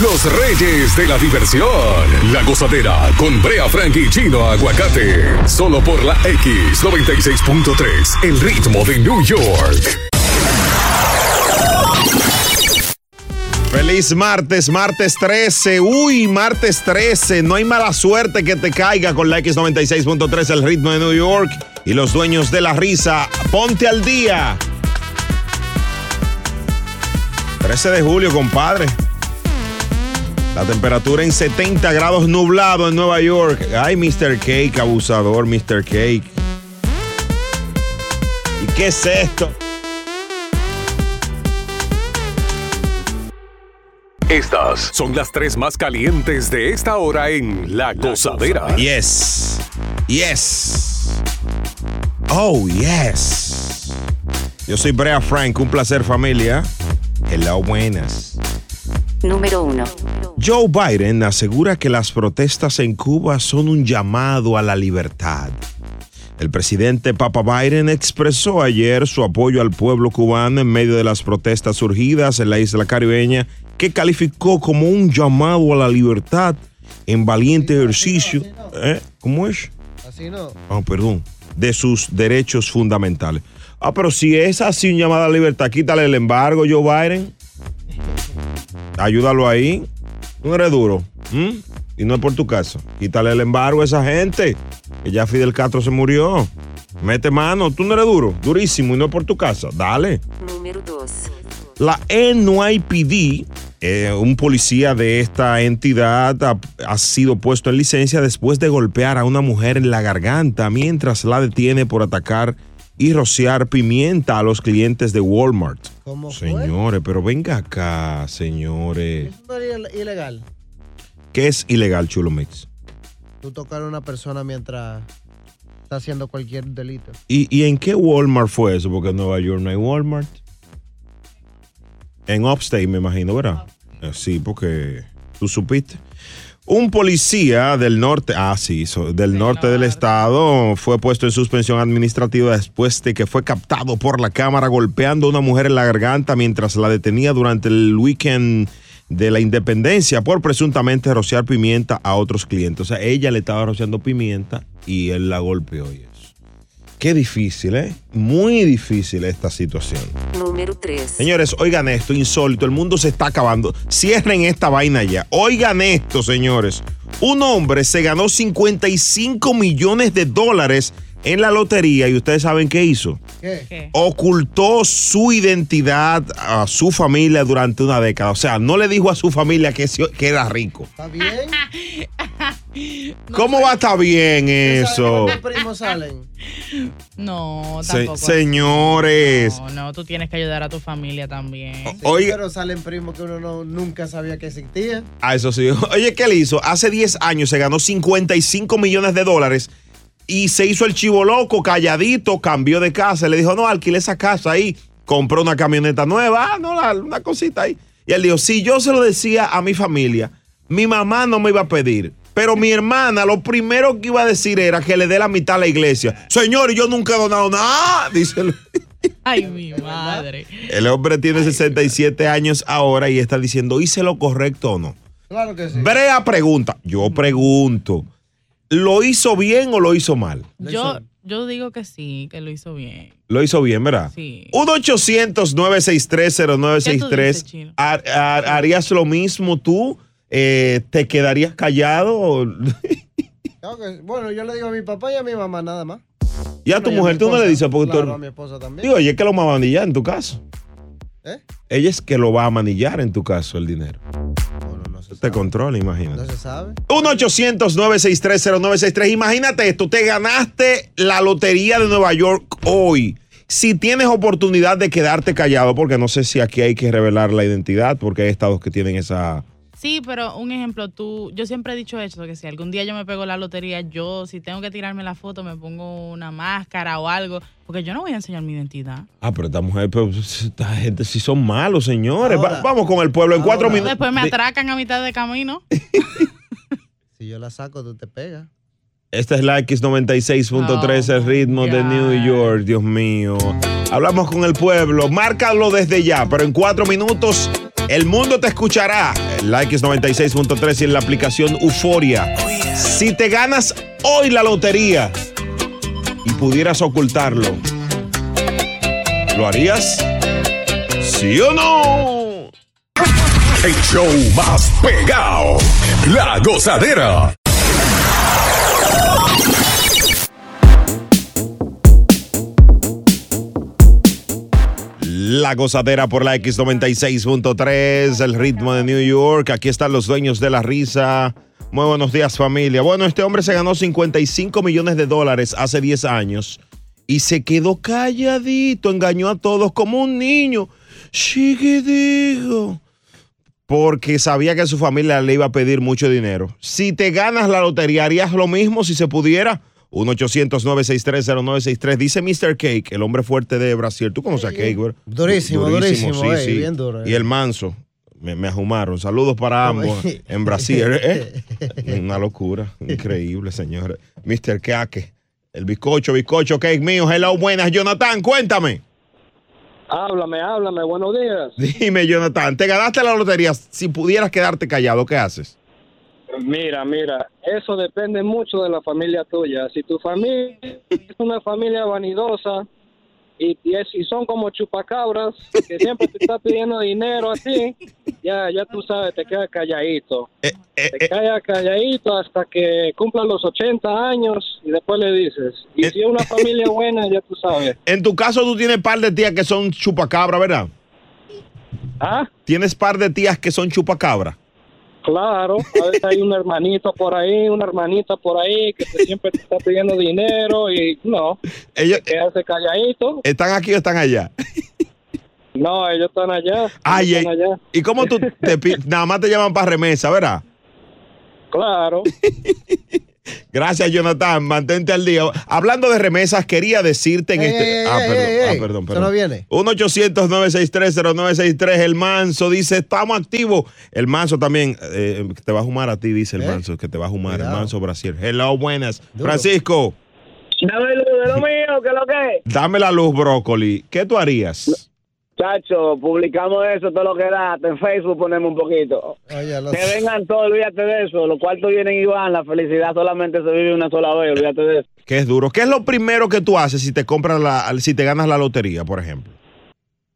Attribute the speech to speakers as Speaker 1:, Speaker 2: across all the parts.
Speaker 1: Los reyes de la diversión. La gozadera con Brea Frank y Chino Aguacate. Solo por la X96.3. El ritmo de New York.
Speaker 2: Feliz martes, martes 13. Uy, martes 13. No hay mala suerte que te caiga con la X96.3, el ritmo de New York y los dueños de la risa. Ponte al día. 13 de julio, compadre. La temperatura en 70 grados nublado en Nueva York. Ay, Mr. Cake, abusador, Mr. Cake. ¿Y qué es esto?
Speaker 1: Estas son las tres más calientes de esta hora en La Gozadera.
Speaker 2: Yes. Yes. Oh, yes. Yo soy Brea Frank, un placer familia. Hello, buenas.
Speaker 3: Número uno.
Speaker 2: Joe Biden asegura que las protestas en Cuba son un llamado a la libertad. El presidente Papa Biden expresó ayer su apoyo al pueblo cubano en medio de las protestas surgidas en la isla caribeña, que calificó como un llamado a la libertad en valiente ejercicio. ¿Eh? ¿Cómo es?
Speaker 4: Así no.
Speaker 2: Ah, perdón. De sus derechos fundamentales. Ah, pero si es así un llamado a la libertad, quítale el embargo, Joe Biden. Ayúdalo ahí. No eres duro. ¿m? Y no es por tu casa. Quítale el embargo a esa gente. Que ya Fidel Castro se murió. Mete mano. Tú no eres duro. Durísimo. Y no es por tu casa. Dale.
Speaker 3: Número dos.
Speaker 2: La NYPD, eh, un policía de esta entidad, ha, ha sido puesto en licencia después de golpear a una mujer en la garganta mientras la detiene por atacar y rociar pimienta a los clientes de Walmart.
Speaker 4: ¿Cómo fue?
Speaker 2: Señores, pero venga acá, señores.
Speaker 4: Eso era ile- ilegal.
Speaker 2: ¿Qué es ilegal, Chulo Mix?
Speaker 4: Tú tocar a una persona mientras está haciendo cualquier delito.
Speaker 2: ¿Y, y en qué Walmart fue eso? Porque en Nueva York no hay Walmart. En Upstate, me imagino, ¿verdad? Eh, Sí, porque tú supiste. Un policía del norte, ah, sí, so- del norte del estado, fue puesto en suspensión administrativa después de que fue captado por la cámara golpeando a una mujer en la garganta mientras la detenía durante el weekend de la independencia por presuntamente rociar pimienta a otros clientes. O sea, ella le estaba rociando pimienta y él la golpeó. y eso. Qué difícil, ¿eh? Muy difícil esta situación.
Speaker 3: Número tres.
Speaker 2: Señores, oigan esto, insólito, el mundo se está acabando. Cierren esta vaina ya. Oigan esto, señores. Un hombre se ganó 55 millones de dólares en la lotería y ustedes saben qué hizo.
Speaker 4: ¿Qué?
Speaker 2: Ocultó su identidad a su familia durante una década. O sea, no le dijo a su familia que, se- que era rico.
Speaker 4: ¿Está bien?
Speaker 2: ¿Cómo va a estar bien eso?
Speaker 4: ¿Sabes que los primos salen?
Speaker 5: No,
Speaker 2: Se-
Speaker 5: tampoco.
Speaker 2: señores.
Speaker 5: No, no, tú tienes que ayudar a tu familia también.
Speaker 4: Sí,
Speaker 2: Oiga-
Speaker 4: Pero salen primos que uno no- nunca sabía que existían.
Speaker 2: Ah, eso sí. Oye, ¿qué le hizo? Hace 10 años se ganó 55 millones de dólares y se hizo el chivo loco, calladito, cambió de casa. Le dijo, no, alquilé esa casa ahí, compró una camioneta nueva, ah, no, la- una cosita ahí. Y él dijo, si yo se lo decía a mi familia, mi mamá no me iba a pedir. Pero mi hermana lo primero que iba a decir era que le dé la mitad a la iglesia. Señor, yo nunca he donado nada, dice el-
Speaker 5: Ay, mi madre.
Speaker 2: el hombre. tiene 67 años ahora y está diciendo, ¿hice lo correcto o no?
Speaker 4: Claro que sí.
Speaker 2: Brea pregunta, yo pregunto, ¿lo hizo bien o lo hizo mal?
Speaker 4: Lo
Speaker 5: Yo,
Speaker 4: hizo-
Speaker 5: yo digo que sí, que lo hizo bien.
Speaker 2: Lo hizo bien, ¿verdad?
Speaker 5: Sí.
Speaker 2: 1-800-963-0963.
Speaker 5: ¿Qué tú dices, Chino?
Speaker 2: Har- har- ¿Harías lo mismo tú? Eh, ¿Te quedarías callado?
Speaker 4: claro que- Bueno, yo le digo a mi papá y a mi mamá nada más.
Speaker 2: y a tu
Speaker 4: Bueno, y
Speaker 2: mujer
Speaker 4: mi
Speaker 2: tú no le
Speaker 4: esposa.
Speaker 2: dices porque
Speaker 4: claro, a
Speaker 2: tú...
Speaker 4: mi esposa también.
Speaker 2: Digo, ella es que lo va a manillar en tu caso.
Speaker 4: ¿Eh?
Speaker 2: Ella es que lo va a manillar en tu caso el dinero.
Speaker 4: Bueno, no se
Speaker 2: Te
Speaker 4: sabe.
Speaker 2: controla, imagínate.
Speaker 4: No se sabe.
Speaker 2: 1-800-963-0963. Imagínate esto, te ganaste la lotería de Nueva York hoy. Si tienes oportunidad de quedarte callado, porque no sé si aquí hay que revelar la identidad, porque hay estados que tienen esa...
Speaker 5: Sí, pero un ejemplo, tú, yo siempre he dicho esto, que si algún día yo me pego la lotería, yo si tengo que tirarme la foto, me pongo una máscara o algo, porque yo no voy a enseñar mi identidad.
Speaker 2: Ah, pero esta mujer, pero esta gente sí son malos, señores. Va-
Speaker 4: Ahora.
Speaker 2: vamos con el pueblo en
Speaker 4: Ahora.
Speaker 2: cuatro minutos.
Speaker 5: Después me
Speaker 2: Di-
Speaker 5: atracan a mitad de camino.
Speaker 4: Si yo la saco, tú te pegas.
Speaker 2: Esta es la X96.3,
Speaker 5: Oh,
Speaker 2: el ritmo de
Speaker 5: God.
Speaker 2: New York, Dios mío. Hablamos con el pueblo, márcalo desde ya, pero en cuatro minutos El mundo te escuchará. Like es 96.3 y en la aplicación Euforia. Si te ganas hoy la lotería y pudieras ocultarlo, ¿lo harías? ¿Sí o no?
Speaker 1: El show más pegado. La gozadera.
Speaker 2: La gozadera por la X96.3, el ritmo de New York. Aquí están los dueños de la risa. Muy buenos días familia. Bueno, este hombre se ganó 55 millones de dólares hace 10 años y se quedó calladito, engañó a todos como un niño. digo porque sabía que su familia le iba a pedir mucho dinero. Si te ganas la lotería, harías lo mismo si se pudiera. 1-800-963-0963. Dice Mr. Cake, el hombre fuerte de Brasil. ¿Tú conoces a Cake, bro?
Speaker 4: Durísimo, durísimo, eh, bien duro, eh.
Speaker 2: Y el manso. Me, me ajumaron. Saludos para ambos en Brasil. ¿eh? Una locura. Increíble, señores. Mr. Cake. El bizcocho, bizcocho, cake mío. Hello, buenas. Jonathan, cuéntame.
Speaker 6: Háblame, háblame, buenos días.
Speaker 2: Dime, Jonathan, te ganaste la lotería. Si pudieras quedarte callado, ¿qué haces?
Speaker 6: Mira, mira, eso depende mucho de la familia tuya. Si tu familia es una familia vanidosa y, y es- y son como chupacabras que siempre te está pidiendo dinero así, ya, ya tú sabes, te quedas calladito.
Speaker 7: Eh.
Speaker 6: te quedas calladito hasta que cumplan los 80 años y después le dices. Y si es una familia buena, ya tú sabes.
Speaker 2: En tu caso, tú tienes par de tías que son chupacabra, ¿verdad?
Speaker 6: ¿Ah?
Speaker 2: Tienes par de tías que son chupacabra.
Speaker 6: Claro, a veces hay un hermanito por ahí, una hermanita por ahí que te- siempre te está pidiendo dinero y no,
Speaker 2: ellos
Speaker 6: quedarse calladito.
Speaker 2: ¿Están aquí o están allá?
Speaker 6: No, ellos están allá.
Speaker 2: Ay,
Speaker 6: ellos están
Speaker 2: eh,
Speaker 6: allá.
Speaker 2: ¿Y cómo tú te pi- Nada más te llaman para remesa, ¿verdad?
Speaker 6: Claro.
Speaker 2: Gracias, Jonathan. Mantente al día. Hablando de remesas, quería decirte en
Speaker 4: Ey,
Speaker 2: este.
Speaker 4: ey,
Speaker 2: ah,
Speaker 4: ey,
Speaker 2: perdón,
Speaker 4: ey,
Speaker 2: ah,
Speaker 4: ey.
Speaker 2: perdón,
Speaker 4: Eso
Speaker 2: perdón.
Speaker 4: no viene.
Speaker 2: 1-800-963-0963. El manso dice: Estamos activos. El manso también eh, te va a humar a ti, dice el
Speaker 8: ¿Eh?
Speaker 2: manso, que te va a humar. El
Speaker 8: Cuidado.
Speaker 2: manso Brasil. Hello, buenas. Francisco,
Speaker 9: Dame luz, de lo mío, que lo que es.
Speaker 2: dame la luz, brócoli. ¿Qué tú harías?
Speaker 9: Chacho, publicamos eso, todo lo que da. hasta En Facebook ponemos un poquito. que vengan todos, olvídate de eso. Los cuartos vienen y van. La felicidad solamente se vive una sola vez, olvídate de eso.
Speaker 2: Que es duro. ¿Qué es lo primero que tú haces si te compras la, si te ganas la lotería, por ejemplo?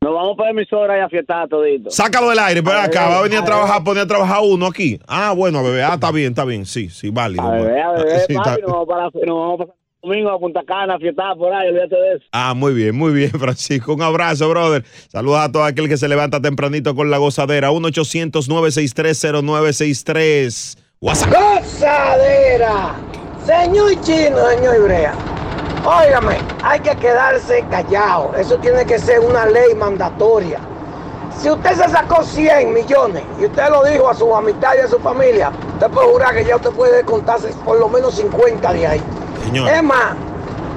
Speaker 9: Nos vamos para emisora y a fiestar todito.
Speaker 2: Sácalo del aire, pero
Speaker 9: A
Speaker 2: acá va a venir a
Speaker 9: beber,
Speaker 2: trabajar, poner a trabajar uno aquí. Ah, bueno, bebé, ah, está bien, está bien, sí, sí, válido.
Speaker 9: A beber, a
Speaker 2: bueno. Ah,
Speaker 9: beber,
Speaker 2: sí, está-
Speaker 9: papi, nos vamos para, nos vamos para Santo domingo a Punta Cana, a fiestar por ahí, olvídate de eso.
Speaker 2: Ah, muy bien, muy bien, Francisco. Un abrazo, brother. Saludos a todo aquel que se levanta tempranito con la gozadera. 1-800-963-0963. WhatsApp.
Speaker 10: ¡Gozadera! Señor chino, señor hebrea. Óigame, hay que quedarse callado. Eso tiene que ser una ley mandatoria. Si usted se sacó 100 millones y usted lo dijo a su amistad y a su familia, usted puede jurar que ya usted puede contarse por lo menos 50 de ahí.
Speaker 2: Señor.
Speaker 10: Es más,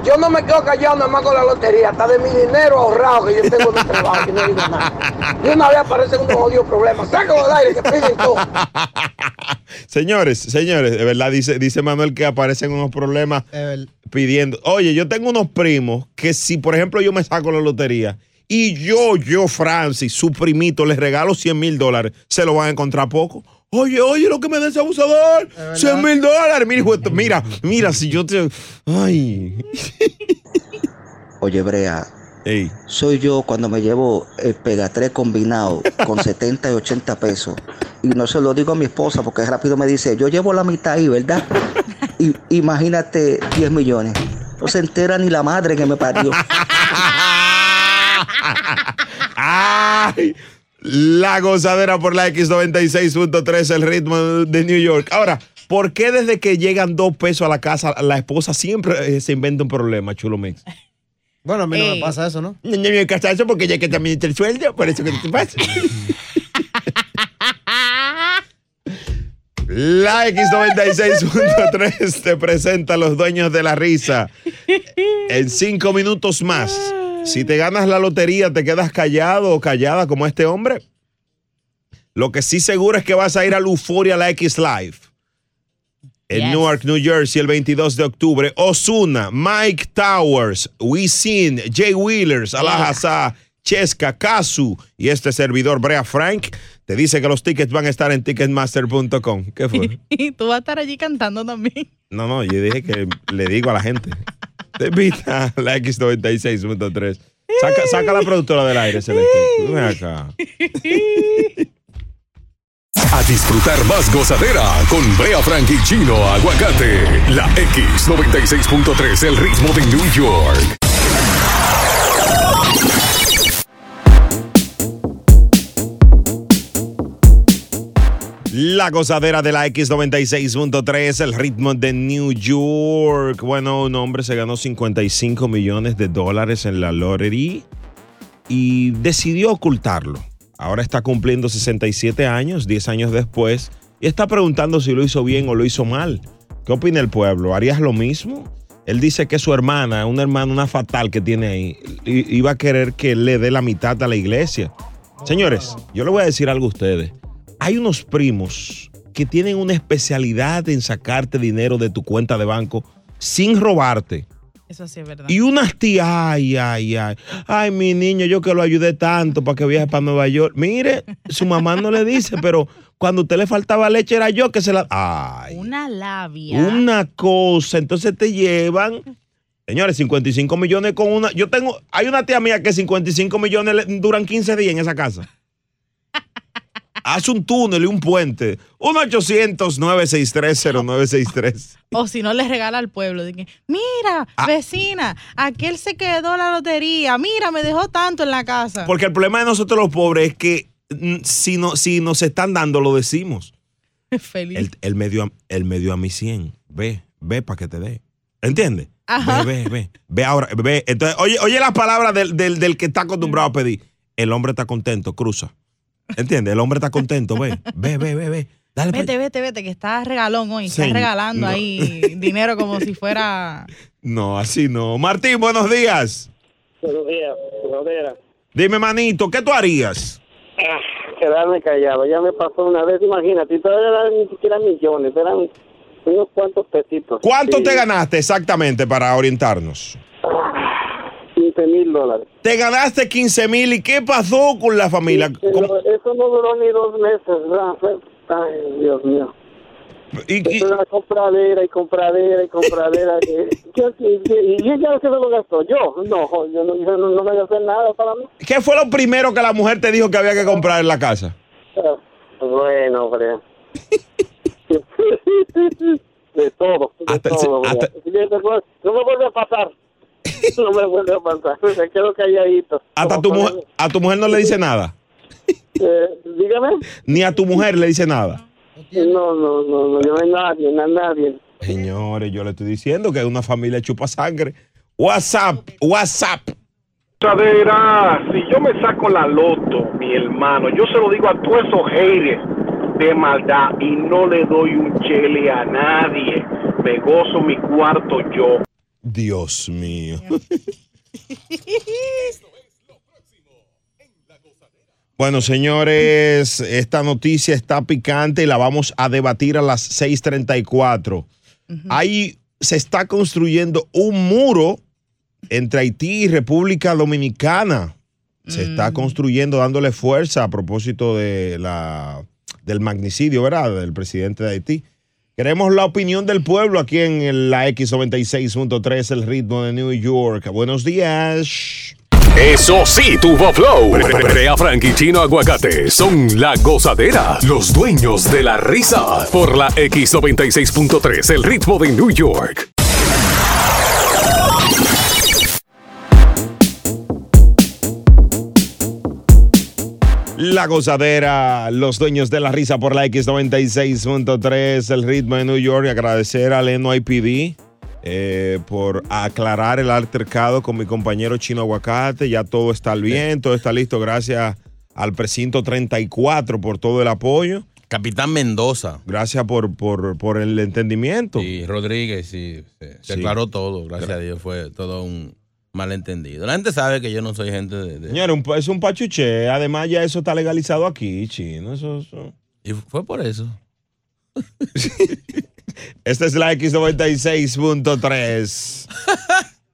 Speaker 10: yo no me quedo callado nada más con la lotería. Está de mi dinero ahorrado que yo tengo en el trabajo, que no digo nada. De una vez aparecen unos jodidos problemas. Sácalo del aire, que piden todo.
Speaker 2: Señores, señores, de verdad, dice, dice Manuel que aparecen unos problemas pidiendo. Oye, yo tengo unos primos que si, por ejemplo, yo me saco la lotería y yo, yo, Francis, su primito, les regalo 100 mil dólares, se lo van a encontrar poco. Oye, oye, lo que me da ese abusador. 100 mil dólares. Mira, hijo de tu- mira, mira, si yo te... Ay.
Speaker 11: Oye, Brea. Soy yo cuando me llevo el pegatré combinado con 70 y 80 pesos. Y no se lo digo a mi esposa porque rápido me dice, yo llevo la mitad ahí, ¿verdad? Y, imagínate 10 millones. No se entera ni la madre que me parió.
Speaker 2: Ay, la gozadera por la X96.3, el ritmo de New York. Ahora, ¿por qué desde que llegan dos pesos a la casa, la esposa siempre eh, se inventa un problema, Chulo Mix?
Speaker 4: Bueno, a mí no
Speaker 2: Ey.
Speaker 4: me pasa eso, ¿no?
Speaker 2: No me pasa eso porque ya que también te el sueldo, por eso que te pasa. La X96.3 te presenta a los dueños de la risa. En cinco minutos más. Si te ganas la lotería, ¿te quedas callado o callada como este hombre? Lo que sí seguro es que vas a ir a la Euforia La X Live. En
Speaker 12: Yes.
Speaker 2: Newark, New Jersey, el 22 de octubre. Osuna, Mike Towers, Wisin, Jay Wheelers, Alajaza, Chesca, Kazu y este servidor Brea Frank Te dice que los tickets van a estar en ticketmaster.com. ¿Qué fue?
Speaker 5: Y tú vas a estar allí cantando también.
Speaker 2: No, no, yo dije que le digo a la gente. Te invita a la X96.3. Saca, saca la productora del aire, Celeste. Ven acá.
Speaker 1: A disfrutar más gozadera con Brea Frank y Chino Aguacate. La X96.3, el ritmo de New York.
Speaker 2: La gozadera de la X96.3, el ritmo de New York. Bueno, un hombre se ganó 55 millones de dólares en la lottery y decidió ocultarlo. Ahora está cumpliendo 67 años, 10 años después, y está preguntando si lo hizo bien o lo hizo mal. ¿Qué opina el pueblo? ¿Harías lo mismo? Él dice que su hermana, una hermana, una fatal que tiene ahí, i- iba a querer que le dé la mitad a la iglesia. Señores, yo le voy a decir algo a ustedes. Hay unos primos que tienen una especialidad en sacarte dinero de tu cuenta de banco sin robarte.
Speaker 5: Eso sí es verdad.
Speaker 2: Y unas tías, ay, ay, ay. Ay, mi niño, yo que lo ayudé tanto para que viaje para Nueva York. Mire, su mamá no le dice, pero cuando a usted le faltaba leche era yo que se la. Ay,
Speaker 5: Una labia.
Speaker 2: una cosa. Entonces te llevan. Señores, 55 millones con una. Yo tengo. Hay una tía mía que 55 millones le- duran 15 días en esa casa. Hace un túnel y un puente. 1-800-963-0963.
Speaker 5: O si no, les regala al pueblo. de que, mira,
Speaker 4: Ah.
Speaker 5: vecina, aquel se quedó la lotería. Mira, me dejó tanto en la casa.
Speaker 2: Porque el problema de nosotros los pobres es que mm, si, no, si nos están dando, lo decimos.
Speaker 5: Feliz.
Speaker 2: Él, él me dio, a- él me dio a mí 100. Ve, ve para que te dé. ¿Entiendes?
Speaker 5: Ajá.
Speaker 2: Ve, ve, ve. Ve ahora, ve. Entonces, oye, oye las palabras del, del- del que está acostumbrado a pedir. El hombre está contento, cruza. ¿Entiendes? El hombre está contento, ve. Ve, ve, ve, ve. Dale pa' allá.
Speaker 5: Vete, vete, vete, que estás regalón hoy. Estás
Speaker 2: Señor,
Speaker 5: regalando
Speaker 2: no.
Speaker 5: ahí dinero como si fuera.
Speaker 2: No, así no. Martín, buenos días.
Speaker 8: Buenos días, Rodera.
Speaker 2: Dime, manito, ¿qué tú harías?
Speaker 8: Quedarme callado, ya me pasó una vez, imagínate, y todavía no eran ni siquiera millones, eran unos cuantos pesitos.
Speaker 2: ¿Cuánto
Speaker 8: Sí,
Speaker 2: te ganaste exactamente para orientarnos?
Speaker 8: 15 mil dólares.
Speaker 2: Te ganaste 15 mil y ¿qué pasó con la familia? ¿Cómo-
Speaker 8: Pero Eso no duró ni dos meses, ¿verdad? Fue- Ay, Dios mío.
Speaker 2: Y,
Speaker 8: una compradera y compradera y compradera. y, yo, y, y- y ella que se lo gastó, yo, no, yo no, yo no, no me gasté nada para mí.
Speaker 2: ¿Qué fue lo primero que la mujer te dijo que había que comprar en la casa?
Speaker 8: Ah, Bueno, hombre. De todo, de todo, hombre. No me vuelve a pasar. No me vuelve a pasar. Me quedo calladito.
Speaker 2: Hasta tu mujer, a tu mujer no le dice nada.
Speaker 8: Eh, dígame.
Speaker 2: Ni a tu mujer le dice nada.
Speaker 8: No, no, no, no, yo no hay nadie, no hay nadie.
Speaker 2: Señores, yo le estoy diciendo que una familia chupa sangre. WhatsApp, WhatsApp.
Speaker 12: Gozadera, Ah, si yo me saco la loto, mi hermano, yo se lo digo a todos esos haters de maldad y no le doy un chele a nadie. Me gozo mi cuarto yo.
Speaker 2: Dios mío. Bueno, señores, esta noticia está picante y la vamos a debatir a las 6:34. Ahí se está construyendo un muro entre Haití y República Dominicana. Se está construyendo, dándole fuerza a propósito de la, del magnicidio, ¿verdad? Del presidente de Haití. Queremos la opinión del pueblo aquí en la X96.3, el ritmo de New York. Buenos días.
Speaker 1: Eso sí, tuvo flow. Brea Frank y Chino Aguacate son la gozadera, los dueños de la risa. Por la X96.3, el ritmo de New York.
Speaker 2: La gozadera, los dueños de la risa por la X96.3, el ritmo de New York. Y agradecer al NYPD eh, por aclarar el altercado con mi compañero Chino Aguacate. Ya todo está al bien, todo está listo. Gracias al precinto 34 por todo el apoyo.
Speaker 13: Capitán Mendoza.
Speaker 2: Gracias por, por, por el entendimiento.
Speaker 13: Y Rodríguez, sí. Se,
Speaker 2: Sí.
Speaker 13: se aclaró todo, gracias a Dios. Fue todo un malentendido. La gente sabe que yo no soy gente de. de-
Speaker 2: Señor, un- es un pachuche. Además, ya eso está legalizado aquí, chino. Eso, eso-
Speaker 13: Y fue por eso.
Speaker 2: Esta Este es la X96.3.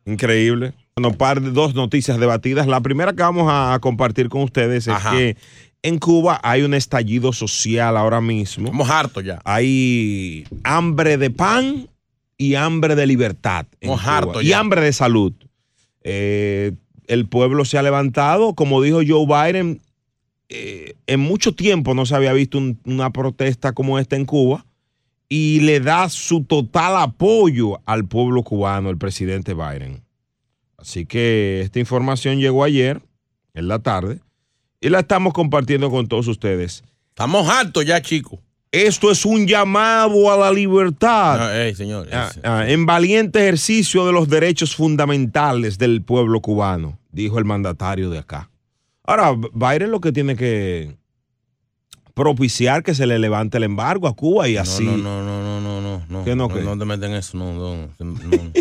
Speaker 2: Increíble. Bueno, par de dos noticias debatidas. La primera que vamos a compartir con ustedes es que En Cuba hay un estallido social ahora mismo.
Speaker 13: Estamos hartos
Speaker 2: Ah.
Speaker 13: ya.
Speaker 2: Hay hambre de pan y hambre de libertad. en
Speaker 13: Estamos
Speaker 2: Cuba.
Speaker 13: hartos
Speaker 2: Y
Speaker 13: ya.
Speaker 2: hambre de salud. Eh, el pueblo se ha levantado, como dijo Joe Biden, eh, en mucho tiempo no se había visto un- una protesta como esta en Cuba y le da su total apoyo al pueblo cubano, el presidente Biden. Así que esta información llegó ayer, en la tarde, y la estamos compartiendo con todos ustedes.
Speaker 13: Estamos hartos ya, chicos.
Speaker 2: Esto es un llamado a la libertad.
Speaker 13: No, ey, señor.
Speaker 2: Ah, ah, en valiente ejercicio de los derechos fundamentales del pueblo cubano, dijo el mandatario de acá. Ahora, Biden lo que tiene que propiciar que se le levante el embargo a Cuba y así.
Speaker 13: No, no, no, no, no, no, no.
Speaker 2: ¿Qué no,
Speaker 13: no,
Speaker 2: qué?
Speaker 13: no te metas en eso, no, no. no.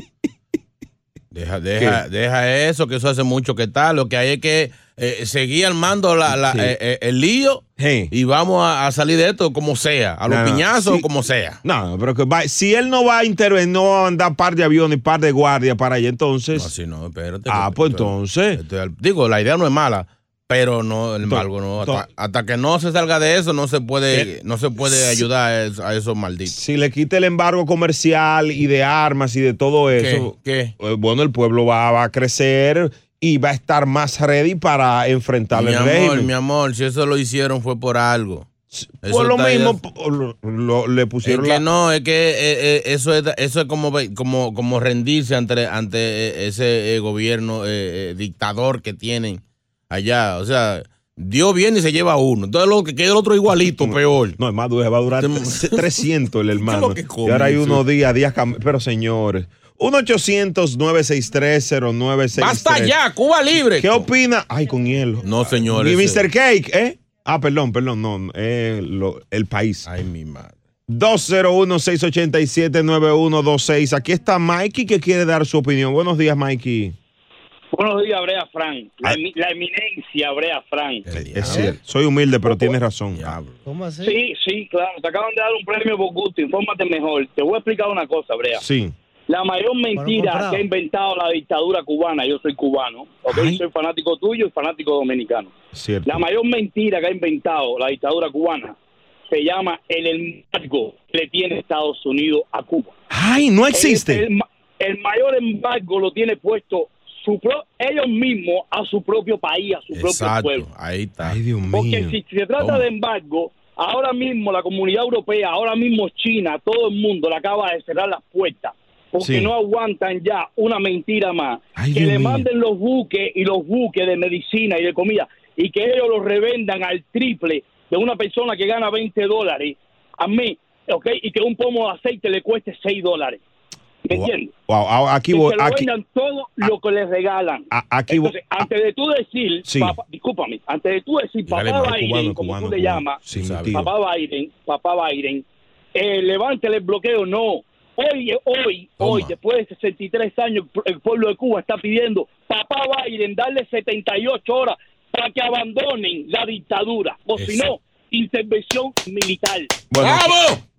Speaker 13: Deja, deja, deja eso, que eso hace mucho que tal. Lo que hay es que eh, seguir armando la, la-
Speaker 2: Sí.
Speaker 13: eh, eh, el lío y vamos a, a salir de esto como sea, a los
Speaker 2: No, no,
Speaker 13: piñazos
Speaker 2: sí.
Speaker 13: como sea.
Speaker 2: No, no, pero que Bi- si él no va a intervenir, no va a mandar par de aviones, par de guardias para allá, entonces.
Speaker 13: Así no, espérate.
Speaker 2: ah, pues entonces.
Speaker 13: Estoy al- digo, la idea no es mala, pero no, el embargo, no. Hasta, hasta que no se salga de eso, no se
Speaker 2: Eh,
Speaker 13: puede, no se puede ayudar a es- a esos malditos.
Speaker 2: Si le quita el embargo comercial y de armas y de todo eso,
Speaker 13: ¿Qué?
Speaker 2: eh, bueno, el pueblo va, va a crecer y va a estar más ready para enfrentar
Speaker 13: Mi
Speaker 2: el
Speaker 13: amor,
Speaker 2: régimen.
Speaker 13: mi amor, si eso lo hicieron fue por algo. Eso
Speaker 2: Por lo
Speaker 13: está-
Speaker 2: mismo, po- lo- lo- le
Speaker 13: Es
Speaker 2: pusieron
Speaker 13: que
Speaker 2: la...
Speaker 13: no, es que eh, eh, eso es, eso es como, ve- como, como rendirse ante, ante eh, ese eh, gobierno eh, eh, dictador que tienen allá. O sea, Dios viene y se lleva a uno. Entonces lo que queda el otro igualito, peor.
Speaker 2: No, es más duro, va a durar 300 el hermano.
Speaker 13: ¿Qué es lo que
Speaker 2: y ahora hay
Speaker 13: come?
Speaker 2: unos días, días... cam- Pero señores, 1-800-963-0963.
Speaker 13: Basta ya, Cuba libre.
Speaker 2: ¿Qué opina? Ay, con hielo.
Speaker 13: No, señores.
Speaker 2: Y Mr. Cake, ¿eh? Ah, perdón, perdón, no, eh, lo- el país.
Speaker 13: Ay, mi madre.
Speaker 2: 201-687-9126. Aquí está Mikey que quiere dar su opinión. Buenos días, Mikey.
Speaker 14: Buenos días, Brea Fran. La, emi- la eminencia, Brea Fran.
Speaker 2: Es cierto, soy humilde, pero tienes razón.
Speaker 4: ¿Cómo así?
Speaker 14: Sí, sí, claro. Te acaban de dar un premio por gusto. Infórmate mejor. Te voy a explicar una cosa, Brea.
Speaker 2: Sí.
Speaker 14: La mayor mentira
Speaker 15: comprado.
Speaker 14: que ha inventado la dictadura cubana, yo soy cubano, ¿ok? soy fanático tuyo y fanático dominicano.
Speaker 2: Cierto.
Speaker 14: La mayor mentira que ha inventado la dictadura cubana se llama el embargo que le tiene Estados Unidos a Cuba.
Speaker 2: Ay, no
Speaker 14: El,
Speaker 2: existe.
Speaker 14: ma- el mayor embargo lo tiene puesto su pro- ellos mismos a su propio país, a su propio
Speaker 13: Exacto,
Speaker 14: pueblo.
Speaker 13: ahí está.
Speaker 2: Ay, Dios
Speaker 14: Porque si se trata
Speaker 13: Toma.
Speaker 14: de embargo, ahora mismo la comunidad europea, ahora mismo China, todo el mundo le acaba de cerrar las puertas. Porque
Speaker 16: Sí.
Speaker 14: no aguantan ya una mentira más. que
Speaker 16: Dios
Speaker 14: le
Speaker 16: mío.
Speaker 14: manden los buques y los buques de medicina y de comida y que ellos los revendan al triple de una persona que gana 20 dólares a mí, ¿ok? Y que un pomo de aceite le cueste 6 dólares. ¿Me entiendes?
Speaker 2: Wow, ah, aquí
Speaker 14: que
Speaker 2: voy.
Speaker 14: se lo
Speaker 2: Aquí, ah,
Speaker 14: vendan todo lo que les regalan.
Speaker 2: aquí voy.
Speaker 14: Entonces, antes de tú decir,
Speaker 2: Sí.
Speaker 14: papá- discúlpame, antes de tú decir
Speaker 2: Dale,
Speaker 14: papá
Speaker 2: mal,
Speaker 14: Biden,
Speaker 2: cubano,
Speaker 14: como
Speaker 2: cubano,
Speaker 14: tú le
Speaker 2: cubano.
Speaker 14: llamas,
Speaker 2: Sí, mi tío.
Speaker 14: papá Biden, papá Biden, eh, levántale el bloqueo, no. Hoy, eh, hoy, hoy, después de 63 años, el pro- el pueblo de Cuba está pidiendo, papá Biden, darle 78 horas para que abandonen la dictadura, o si no, intervención militar.
Speaker 2: Bueno,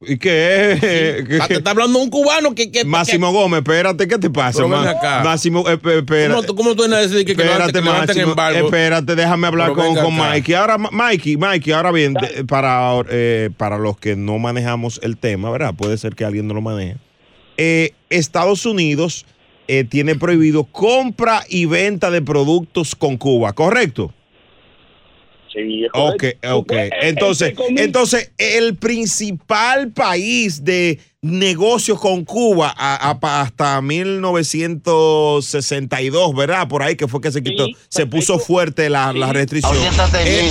Speaker 2: ¿Y qué es?
Speaker 13: Ah, Te está hablando un cubano que... que
Speaker 2: Máximo Gómez, espérate, ¿qué te pasa?
Speaker 13: Pero ven
Speaker 2: Ma-
Speaker 13: acá.
Speaker 2: Máximo, eh, eh, espérate.
Speaker 13: ¿Cómo, tú- cómo tú vienes a decir que, que
Speaker 2: Espérate,
Speaker 13: levanten- que levanten
Speaker 2: Máximo,
Speaker 13: embargo?
Speaker 2: espérate, déjame hablar
Speaker 13: Pero
Speaker 2: con,
Speaker 13: venga
Speaker 2: con
Speaker 13: acá.
Speaker 2: Mikey. Ahora, Ma- Mikey, Mikey, ahora bien, de- para, eh, para los que no manejamos el tema, ¿verdad? Puede ser que alguien no lo maneje. Eh, Estados Unidos eh, tiene prohibido compra y venta de productos con Cuba, ¿correcto?
Speaker 14: Sí, es
Speaker 2: Ok,
Speaker 14: correcto.
Speaker 2: ok.
Speaker 14: Pues, eh,
Speaker 2: Entonces,
Speaker 14: entre comillas,
Speaker 2: entonces, el principal país de negocios con Cuba a- a- pa- hasta 1962, ¿verdad? Por ahí que fue que se quitó, se puso fuerte la, la restricción. Eh,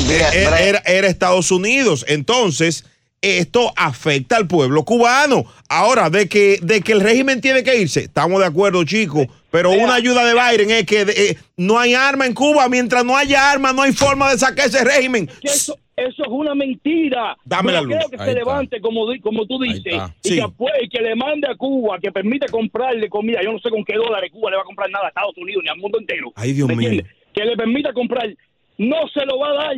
Speaker 2: eh, Era, era- era Estados Unidos. Entonces, esto afecta al pueblo cubano. Ahora, de que, de que el régimen tiene que irse, estamos de acuerdo, chicos. Pero una ayuda de Biden es que eh, no hay arma en Cuba. Mientras no haya arma, no hay forma de sacar ese régimen.
Speaker 14: eso, eso es una mentira.
Speaker 2: Dame
Speaker 14: Yo
Speaker 2: la
Speaker 14: Ah, no
Speaker 2: luz.
Speaker 14: creo que
Speaker 2: Ahí
Speaker 14: se
Speaker 2: está.
Speaker 14: levante como, di- como tú dices y,
Speaker 2: Sí.
Speaker 14: que, apu- y que le mande a Cuba, que permite comprarle comida. Yo no sé con qué dólares Cuba le va a comprar nada a Estados Unidos ni al mundo entero.
Speaker 2: Ay, Dios
Speaker 14: ¿Me
Speaker 2: mío.
Speaker 14: entiendes? Que le permita comprar. No se lo va a dar.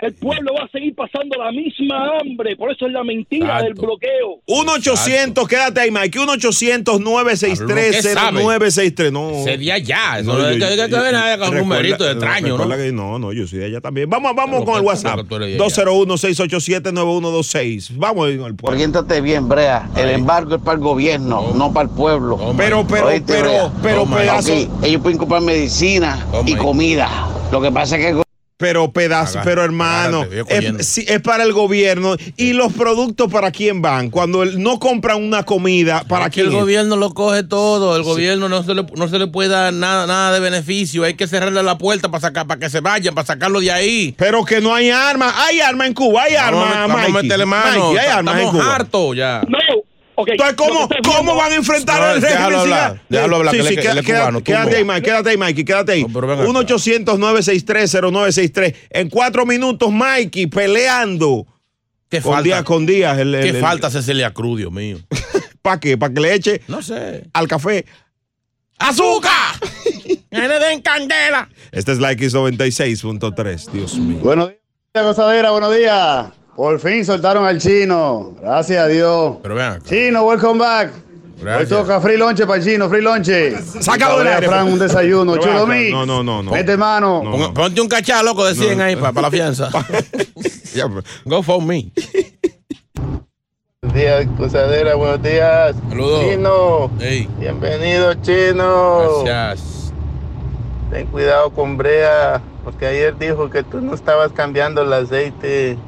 Speaker 14: el pueblo va a seguir pasando la misma hambre. Por eso es la mentira del bloqueo.
Speaker 2: 1-800, quédate ahí, Mike. 1-800-963-0963. No.
Speaker 13: Se di allá.
Speaker 2: No,
Speaker 13: Eso no
Speaker 2: yo-
Speaker 13: tiene
Speaker 2: yo-
Speaker 13: que ver nada con
Speaker 2: recuerda-
Speaker 13: un numerito extraño, ¿no?
Speaker 2: recuerda que- no, no, yo soy de allá también. Vamos, vamos
Speaker 13: Pero
Speaker 2: con el
Speaker 13: que-
Speaker 2: WhatsApp.
Speaker 13: que tú eres de allá.
Speaker 2: 201-687-9126. Vamos ahí con el pueblo.
Speaker 15: Oriéntate bien, Brea. El embargo es para el gobierno, no para el pueblo.
Speaker 2: Pero, pero, pero, pero, pedazo-
Speaker 15: Aquí, ellos pueden comprar medicina y comida. Lo que pasa es que. el go-
Speaker 2: Pero pedazo,
Speaker 15: Agárrate,
Speaker 2: pero hermano,
Speaker 15: agárrate, viejo
Speaker 2: es,
Speaker 15: yendo.
Speaker 2: sí, es para el gobierno. ¿Y los productos para quién van? Cuando el- no compran una comida, ¿para
Speaker 13: Es que
Speaker 2: quién?
Speaker 13: el
Speaker 2: es?
Speaker 13: gobierno lo coge todo, el gobierno no se le, no se le puede dar nada, nada de beneficio, hay que cerrarle la puerta para sacar, para que se vayan, para sacarlo de ahí.
Speaker 2: Pero que no hay armas, hay armas en Cuba, hay
Speaker 13: Vamos
Speaker 2: armas,
Speaker 13: a met- vamos a
Speaker 2: Mikey.
Speaker 13: meterle mano,
Speaker 2: Mikey, hay
Speaker 13: ta-
Speaker 2: armas en
Speaker 13: estamos
Speaker 2: Cuba.
Speaker 13: hartos ya.
Speaker 14: No,
Speaker 2: Entonces, ¿cómo, ¿cómo van a enfrentar
Speaker 13: No,
Speaker 2: al régimen?
Speaker 13: déjalo
Speaker 2: si
Speaker 13: hablar,
Speaker 2: la-
Speaker 13: déjalo hablar,
Speaker 2: Sí,
Speaker 13: que él
Speaker 2: sí,
Speaker 13: es-
Speaker 2: queda-
Speaker 13: él es
Speaker 2: queda-
Speaker 13: cubano,
Speaker 2: quédate ahí, Mike, quédate ahí, Mikey, quédate ahí. 1-800-963-0963. En cuatro minutos, Mikey, peleando.
Speaker 13: ¿Qué
Speaker 2: con
Speaker 13: falta?
Speaker 2: día con día. El, el-
Speaker 13: ¿Qué
Speaker 2: el-
Speaker 13: falta Cecilia Cruz, Dios mío?
Speaker 2: ¿Para qué? ¿Para que le eche?
Speaker 13: No sé.
Speaker 2: Al café.
Speaker 13: ¡Azúcar! ¡Que le den candela!
Speaker 2: Este es la X96.3, Dios mío.
Speaker 16: Buenos días, gozadera, buenos días. Por fin soltaron al chino. Gracias a Dios.
Speaker 13: Pero vean,
Speaker 16: Chino, welcome back.
Speaker 13: Gracias.
Speaker 16: Hoy toca free lonche para el chino, free lonche.
Speaker 13: Sácalo del
Speaker 16: Cabrera,
Speaker 13: aire.
Speaker 16: Fran, un desayuno.
Speaker 13: Pero
Speaker 16: Chulo
Speaker 13: ven acá,
Speaker 16: mix.
Speaker 13: no, no, no, no.
Speaker 16: Mete mano.
Speaker 13: Ponga- Ponte un cachá loco de 100 ahí para la fianza. pues, Go for me.
Speaker 17: Buenos días, cruzadera, buenos días.
Speaker 13: Saludos.
Speaker 17: Chino. Bienvenido, chino.
Speaker 13: Gracias.
Speaker 17: Ten cuidado con Brea, porque ayer dijo que tú no estabas cambiando el aceite.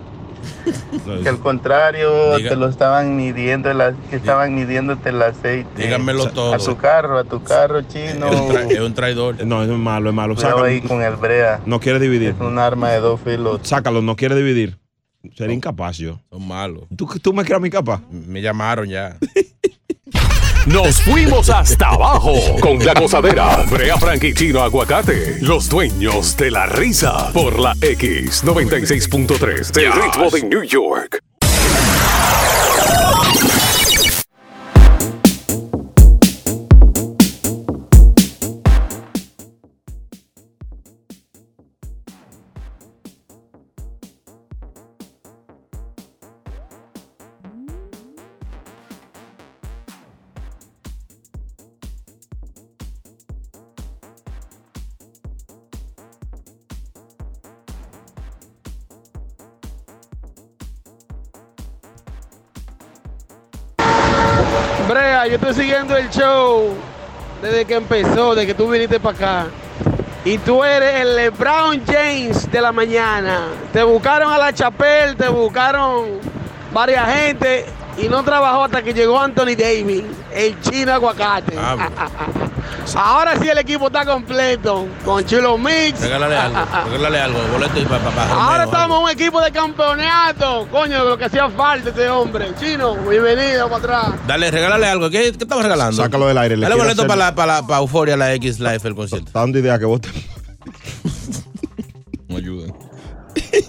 Speaker 17: que al contrario,
Speaker 13: Pues, Diga-
Speaker 17: te lo estaban midiendo, el, a- que estaban midiéndote el aceite.
Speaker 13: Dígamelo todo.
Speaker 17: A tu carro, a tu carro, chino.
Speaker 13: Es un, tra- es un traidor.
Speaker 2: No, es malo, es malo.
Speaker 17: Cuidado
Speaker 2: Sácalo.
Speaker 17: ahí con el Brea.
Speaker 2: No quiere dividir.
Speaker 17: Es un arma de dos filos.
Speaker 2: Sácalo, no quiere dividir. Sería incapaz yo.
Speaker 13: Son malos.
Speaker 2: ¿Tú, tú me creas mi capa?
Speaker 13: Me llamaron ya.
Speaker 1: Nos fuimos hasta abajo con la gozadera. Brea Frank y Chino Aguacate, los dueños de la risa por la X96.3 del ritmo de New York.
Speaker 18: Brea, yo estoy siguiendo el show desde que empezó, desde que tú viniste para acá. Y tú eres el LeBron James de la mañana. Te buscaron a la chapel, te buscaron varias gente y no trabajó hasta que llegó Anthony Davis, el chino aguacate.
Speaker 13: Ah,
Speaker 18: Ahora sí el equipo está completo, con Chulo Mix.
Speaker 13: Regálale algo. Regálale algo. Boleto y papá.
Speaker 18: Ahora estamos un equipo de campeonato. Coño, lo que hacía falta este hombre. Chino, bienvenido para atrás.
Speaker 13: Dale, regálale algo. ¿Qué, qué estamos regalando?
Speaker 2: Sácalo del aire. le
Speaker 13: Dale
Speaker 2: quiero
Speaker 13: boleto
Speaker 2: hacer-
Speaker 13: para, la, para, la- para Euforia, la X Life, el concierto.
Speaker 2: Dando idea que vos te-
Speaker 13: Me ayuden.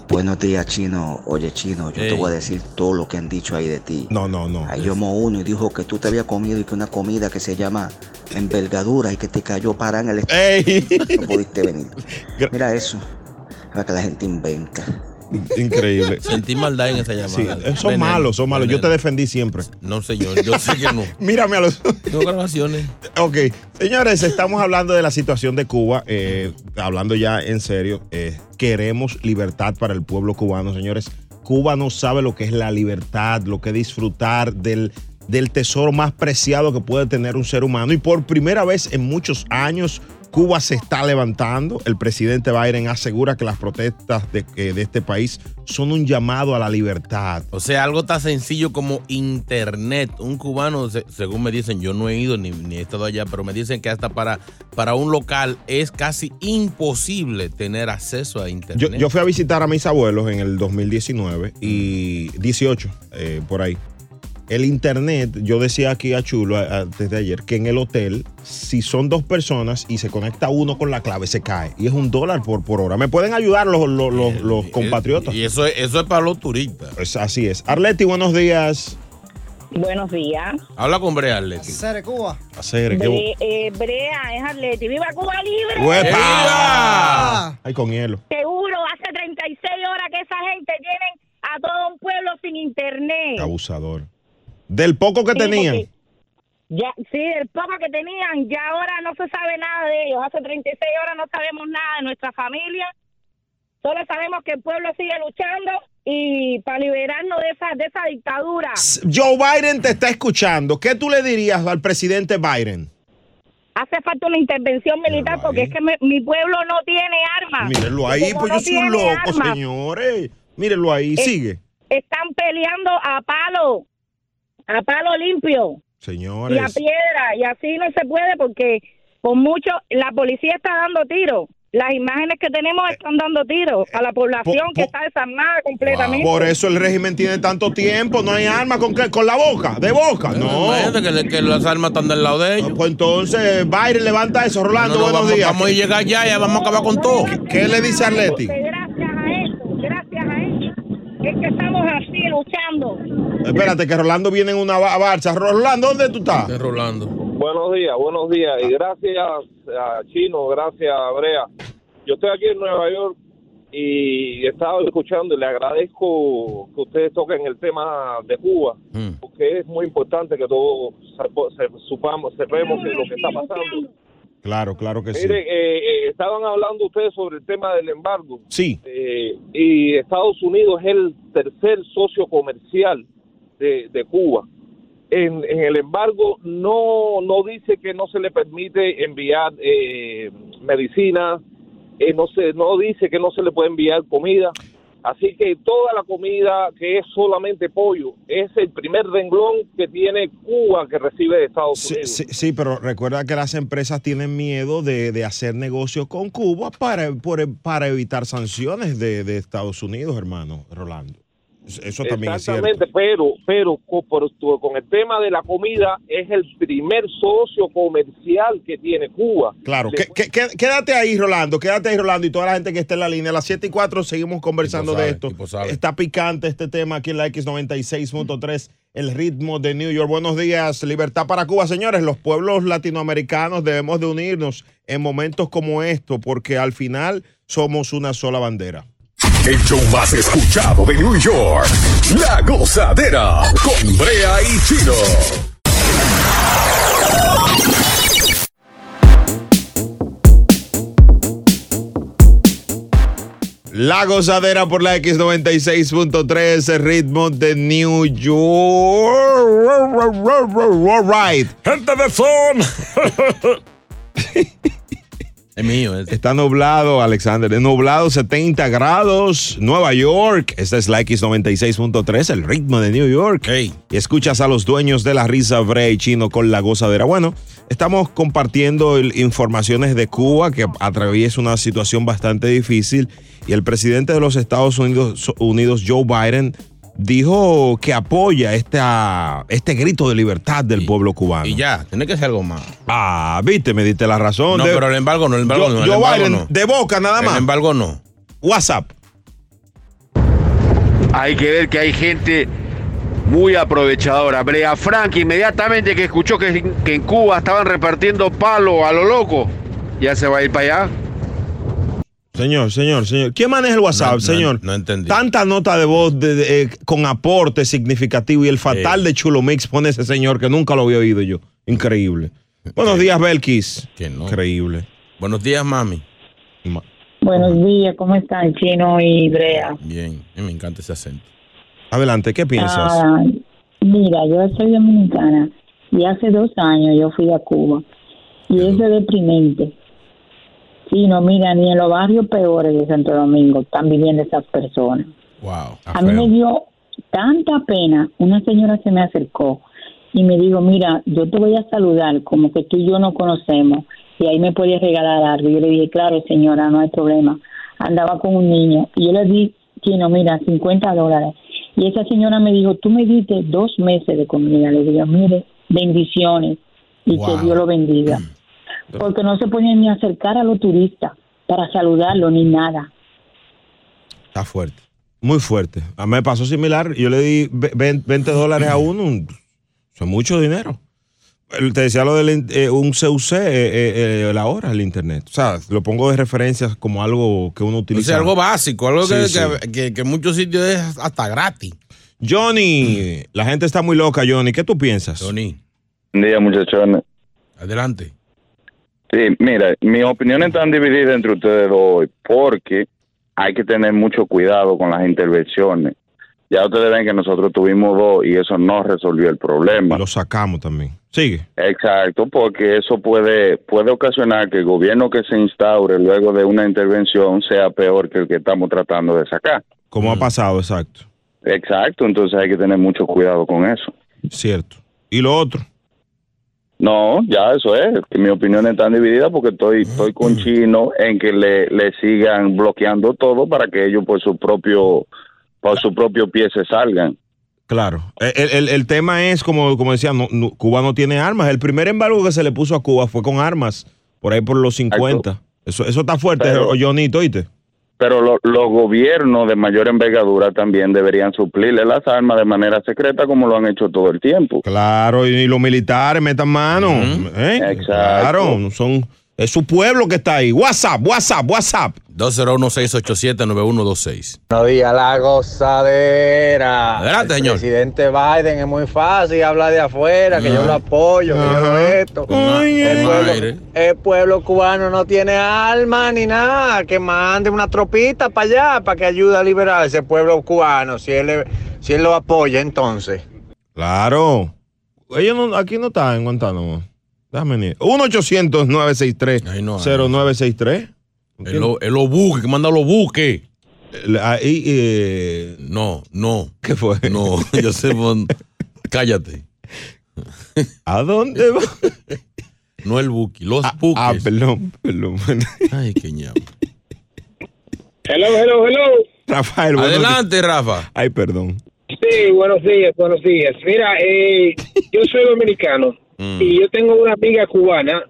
Speaker 11: Buenos días, chino. Oye, chino, yo te voy a decir todo lo que han dicho ahí de ti.
Speaker 2: No, no, no.
Speaker 11: Ahí llamó uno y dijo que tú te habías comido y que una comida que se llama envergadura y que te cayó para en el estómago. No pudiste venir. Mira eso. Para que la gente inventa.
Speaker 2: Increíble.
Speaker 13: Sentí maldad en esa llamada.
Speaker 2: Sí, eh, son
Speaker 13: Veneno,
Speaker 2: malos, son malos. Yo te defendí siempre.
Speaker 13: No, señor. Yo sé que no.
Speaker 2: Mírame a los.
Speaker 13: No grabaciones.
Speaker 2: Ok, señores, estamos hablando de la situación de Cuba, eh, hablando ya en serio, eh, queremos libertad para el pueblo cubano, señores. Cuba no sabe lo que es la libertad, lo que es disfrutar del, del tesoro más preciado que puede tener un ser humano. Y por primera vez en muchos años, Cuba se está levantando. El presidente Biden asegura que las protestas de, eh, de este país son un llamado a la libertad.
Speaker 13: O sea, algo tan sencillo como internet. Un cubano, se- según me dicen, yo no he ido ni, ni he estado allá, pero me dicen que hasta para, para un local es casi imposible tener acceso a
Speaker 2: Yo,
Speaker 13: internet.
Speaker 2: yo fui a visitar a mis abuelos en el 2019 y 18, eh, por ahí. El internet, yo decía aquí a Chulo a- a- desde ayer que en el hotel, si son dos personas y se conecta uno con la clave, se cae. Y es un dólar por, por hora. ¿Me pueden ayudar los, los- los-
Speaker 13: Eh,
Speaker 2: los compatriotas?
Speaker 13: Y eso, es- eso es para los turistas.
Speaker 2: Pues así es. Arleti, buenos días.
Speaker 19: Buenos días.
Speaker 13: Habla con Brea Atleti.
Speaker 19: Cere Cuba.
Speaker 2: Hacer, qué bu-
Speaker 19: Bre- eh, Brea es atleti. ¡Viva Cuba Libre!
Speaker 2: ¡Uepa! Ay, con hielo.
Speaker 19: Seguro, hace 36 horas que esa gente tienen a todo un pueblo sin internet.
Speaker 2: Abusador. Del poco que
Speaker 19: Sí,
Speaker 2: tenían.
Speaker 19: porque Ya, sí, el poco que tenían, ya ahora no se sabe nada de ellos. Hace 36 horas no sabemos nada de nuestra familia. Solo sabemos que el pueblo sigue luchando y para liberarnos de esa, de esa dictadura.
Speaker 2: Joe Biden te está escuchando. ¿Qué tú le dirías al presidente Biden?
Speaker 19: Hace falta una intervención militar porque es que me- mi pueblo no tiene armas.
Speaker 2: Mírenlo
Speaker 19: Y
Speaker 2: ahí,
Speaker 19: como
Speaker 2: pues
Speaker 19: Ah, no
Speaker 2: yo soy un
Speaker 19: tiene
Speaker 2: loco,
Speaker 19: armas,
Speaker 2: señores. Mírenlo ahí,
Speaker 19: Eh,
Speaker 2: sigue.
Speaker 19: Están peleando a palo, a palo limpio. y a
Speaker 2: Señores.
Speaker 19: piedra y así no se puede porque por mucho la policía está dando tiros las imágenes que tenemos
Speaker 2: Eh,
Speaker 19: están dando tiros a la población que está desarmada completamente
Speaker 2: Por eso el régimen tiene tanto tiempo, no hay armas con, qué? con la boca, de boca, no.
Speaker 13: Imagínate que, le- que las armas están del lado de ellos.
Speaker 2: Pues entonces, Biden, levanta eso, Rolando,
Speaker 13: No, no,
Speaker 2: buenos
Speaker 13: vamos-
Speaker 2: días.
Speaker 13: vamos a llegar allá, ya vamos a acabar con todo.
Speaker 2: ¿Qué le dice Arleti?
Speaker 19: Porque gracias a eso gracias a eso es que estamos así luchando
Speaker 2: Espérate, que Rolando viene en una ba- barcha. Rolando, ¿dónde tú estás?
Speaker 13: Rolando.
Speaker 12: Buenos días, buenos días. Y gracias a Chino, gracias a Brea. Yo estoy aquí en Nueva York y he estado escuchando y le agradezco que ustedes toquen el tema de Cuba,
Speaker 2: Mm.
Speaker 12: porque es muy importante que todos sepo- se- supamos, sepamos que lo que está pasando.
Speaker 2: Claro, claro que sí.
Speaker 12: Miren, eh, eh, estaban hablando ustedes sobre el tema del embargo.
Speaker 2: Sí.
Speaker 12: Eh, y Estados Unidos es el tercer socio comercial de, de Cuba. En, en el embargo, no, no dice que no se le permite enviar eh, medicina, eh, no, se, no dice que no se le puede enviar comida. Así que toda la comida que es solamente pollo es el primer renglón que tiene Cuba que recibe de Estados
Speaker 2: Sí,
Speaker 12: Unidos.
Speaker 2: sí, sí, pero recuerda que las empresas tienen miedo de, de hacer negocios con Cuba para, por- para evitar sanciones de, de Estados Unidos, hermano Rolando. Eso también es cierto.
Speaker 12: Exactamente, pero, pero co- por tu- con el tema de la comida es el primer socio comercial que tiene Cuba.
Speaker 2: Claro, que- que- que- quédate ahí, Rolando, quédate ahí, Rolando, y toda la gente que está en la línea. A las 7 y 4 seguimos conversando
Speaker 13: sabe,
Speaker 2: de esto. Está picante este tema aquí en la X96.3, el ritmo de New York. Buenos días, libertad para Cuba. Señores, los pueblos latinoamericanos debemos de unirnos en momentos como estos, porque al final somos una sola bandera.
Speaker 1: El show más escuchado de New York. La gozadera con Brea y Chino.
Speaker 2: La gozadera por la X96.3, el ritmo de New York. Right. Gente de son.
Speaker 13: Es mío.
Speaker 2: Está nublado, Alexander. Es nublado, 70 grados, Nueva York. Esta es la X96.3, el ritmo de New York. Y escuchas a los dueños de la risa, Brea y Chino, con la gozadera. Bueno, estamos compartiendo el- informaciones de Cuba, que atraviesa una situación bastante difícil. Y el presidente de los Estados Unidos, Unidos Joe Biden, dijo que apoya esta, este grito de libertad del pueblo cubano.
Speaker 13: Y ya, tiene que ser algo más.
Speaker 2: Ah, viste, me diste la razón.
Speaker 13: No,
Speaker 2: De-
Speaker 13: pero el embargo no, el
Speaker 2: Yo-
Speaker 13: embargo no.
Speaker 2: Joe
Speaker 13: el embargo
Speaker 2: Biden,
Speaker 13: no.
Speaker 2: de boca nada más.
Speaker 13: El embargo no.
Speaker 2: WhatsApp.
Speaker 20: Hay que ver que hay gente muy aprovechadora. Brea Frank inmediatamente que escuchó que, que en Cuba estaban repartiendo palo a lo loco, ya se va a ir para allá.
Speaker 2: Señor, señor, señor. ¿Quién maneja el WhatsApp, señor?
Speaker 13: No entendí.
Speaker 2: Tanta nota de voz de- de, eh, con aporte significativo y el
Speaker 13: Eh.
Speaker 2: fatal de Chulo Mix pone ese señor que nunca lo había oído yo. Increíble. Buenos días, Belkis. Increíble.
Speaker 13: Buenos días, mami.
Speaker 19: buenos días cómo están chino y Brea
Speaker 13: Bien, eh, me encanta ese acento.
Speaker 2: Adelante, ¿qué piensas?
Speaker 19: Ah, mira, yo soy dominicana y hace dos años yo fui a Cuba y es de deprimente. Sí, no, mira, ni en los barrios peores de Santo Domingo están viviendo esas personas.
Speaker 13: Wow.
Speaker 19: a mí me dio tanta pena, una señora se me acercó y me dijo, mira, yo te voy a saludar como que tú y yo no conocemos y ahí me podías regalar algo. Y yo le dije, claro, señora, no hay problema. Andaba con un niño y yo le di, chino, mira, 50 dólares. Y esa señora me dijo, tú me diste dos meses de comida. Le digo, mire, bendiciones y que Dios lo bendiga. Porque no se podían ni acercar a los turistas para saludarlo ni nada.
Speaker 2: Está fuerte. Muy fuerte. A mí me pasó similar. Yo le di ve- ve- 20 dólares a uno. un- Eso es mucho dinero. Eh, Te decía lo del in- eh, un CUC, eh, eh, eh, la hora, el internet. O sea, lo pongo de referencia como algo que uno
Speaker 13: O
Speaker 2: utiliza.
Speaker 13: sea, algo básico, algo
Speaker 2: Sí,
Speaker 13: que,
Speaker 2: sí.
Speaker 13: que- que- que en muchos sitios es hasta gratis.
Speaker 2: Johnny, la gente está muy loca, Johnny. ¿Qué tú piensas? Johnny.
Speaker 21: Buen día, muchachones.
Speaker 13: Adelante.
Speaker 21: Sí, mira, mis opiniones están divididas entre ustedes dos hoy, porque hay que tener mucho cuidado con las intervenciones. Ya ustedes ven que nosotros tuvimos dos y eso no resolvió el problema.
Speaker 2: Lo sacamos también. Sigue.
Speaker 21: Exacto, porque eso puede, puede ocasionar que el gobierno que se instaure luego de una intervención sea peor que el que estamos tratando de sacar.
Speaker 2: Como ha pasado, exacto.
Speaker 21: Exacto, entonces hay que tener mucho cuidado con eso.
Speaker 2: Cierto. ¿Y lo otro?
Speaker 21: No, ya eso es, que mi opinión está dividida porque estoy, estoy con Chino en que le, le sigan bloqueando todo para que ellos por su propio, por su propio pie se salgan.
Speaker 2: Claro. Eh, El, el- el tema es, como, como decía, no- no- Cuba no tiene armas. El primer embargo que se le puso a Cuba fue con armas, por ahí por los 50. Eso, eso está fuerte,
Speaker 21: Pero-
Speaker 2: Johnito, ¿oíste?
Speaker 21: Pero lo- los gobiernos de mayor envergadura también deberían suplirle las armas de manera secreta como lo han hecho todo el tiempo.
Speaker 2: Claro, y, y los militares metan mano. ¿eh? Claro, son, es su pueblo que está ahí. WhatsApp, WhatsApp, WhatsApp.
Speaker 13: 201-687-9126.
Speaker 22: Buenos días, la gozadera.
Speaker 13: Adelante,
Speaker 22: El
Speaker 13: señor.
Speaker 22: presidente Biden es muy fácil, habla de afuera, que yo lo apoyo, que yo lo esto. el, pueblo, el pueblo cubano no tiene alma ni nada, que mande una tropita para allá, para que ayude a liberar ese pueblo cubano, si él, le- si él lo apoya entonces.
Speaker 2: Claro. Ellos no- aquí no están en Guantánamo. Déjame venir. 1-800-963-0963.
Speaker 13: El lo, el lo busque, que manda lo busque.
Speaker 2: Ahí,
Speaker 13: ah, eh, No, no.
Speaker 2: ¿Qué fue?
Speaker 13: No, yo sé. pon- Cállate.
Speaker 2: ¿A dónde va?
Speaker 13: No el buki, los buques.
Speaker 2: Ah, perdón, perdón.
Speaker 13: Ay, qué ñao.
Speaker 7: Hello, hello, hello.
Speaker 2: Rafael, buenos
Speaker 13: Adelante, Rafa.
Speaker 2: Ay, perdón.
Speaker 7: Sí, buenos días, buenos días. Mira, eh, yo soy dominicano y yo tengo una amiga cubana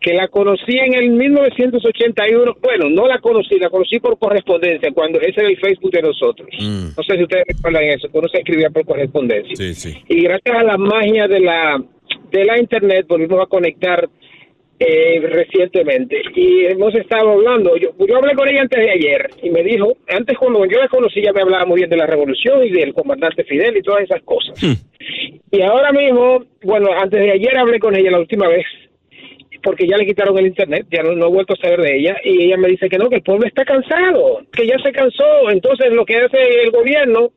Speaker 7: que la conocí en el 1981. Bueno, no la conocí, la conocí por correspondencia, cuando ese era el Facebook de nosotros.
Speaker 2: Mm.
Speaker 7: No sé si ustedes recuerdan eso, que uno se escribía por correspondencia.
Speaker 13: Mm. Sí, sí.
Speaker 7: Y gracias a la magia de la, de la Internet volvimos a conectar eh, recientemente y hemos estado hablando. Yo, yo hablé con ella antes de ayer y me dijo, antes cuando yo la conocí ya me hablaba muy bien de la revolución y del comandante Fidel y todas esas cosas.
Speaker 13: Hmm.
Speaker 7: Y ahora mismo, bueno, antes de ayer hablé con ella la última vez porque ya le quitaron el internet, ya no, no he vuelto a saber de ella, y ella me dice que no, que el pueblo está cansado, que ya se cansó, entonces lo que hace el gobierno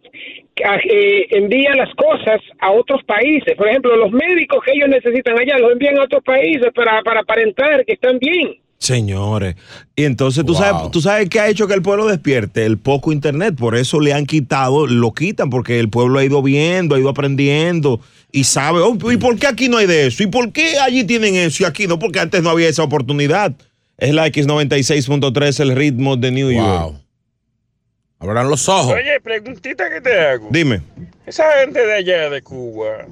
Speaker 7: a- eh, envía las cosas a otros países, por ejemplo, los médicos que ellos necesitan allá, los envían a otros países para, para aparentar que están bien.
Speaker 2: Señores, y entonces tú sabes, tú sabes qué ha hecho que el pueblo despierte, el poco internet, por eso le han quitado, lo quitan porque el pueblo ha ido viendo, ha ido aprendiendo y sabe, "Oh, ¿y por qué aquí no hay de eso? ¿Y por qué allí tienen eso y aquí no? Porque antes no había esa oportunidad. Es la X96.3, el ritmo de New York.
Speaker 13: Abran los ojos.
Speaker 23: Oye, preguntita que te hago.
Speaker 2: Dime.
Speaker 23: Esa gente de allá de Cuba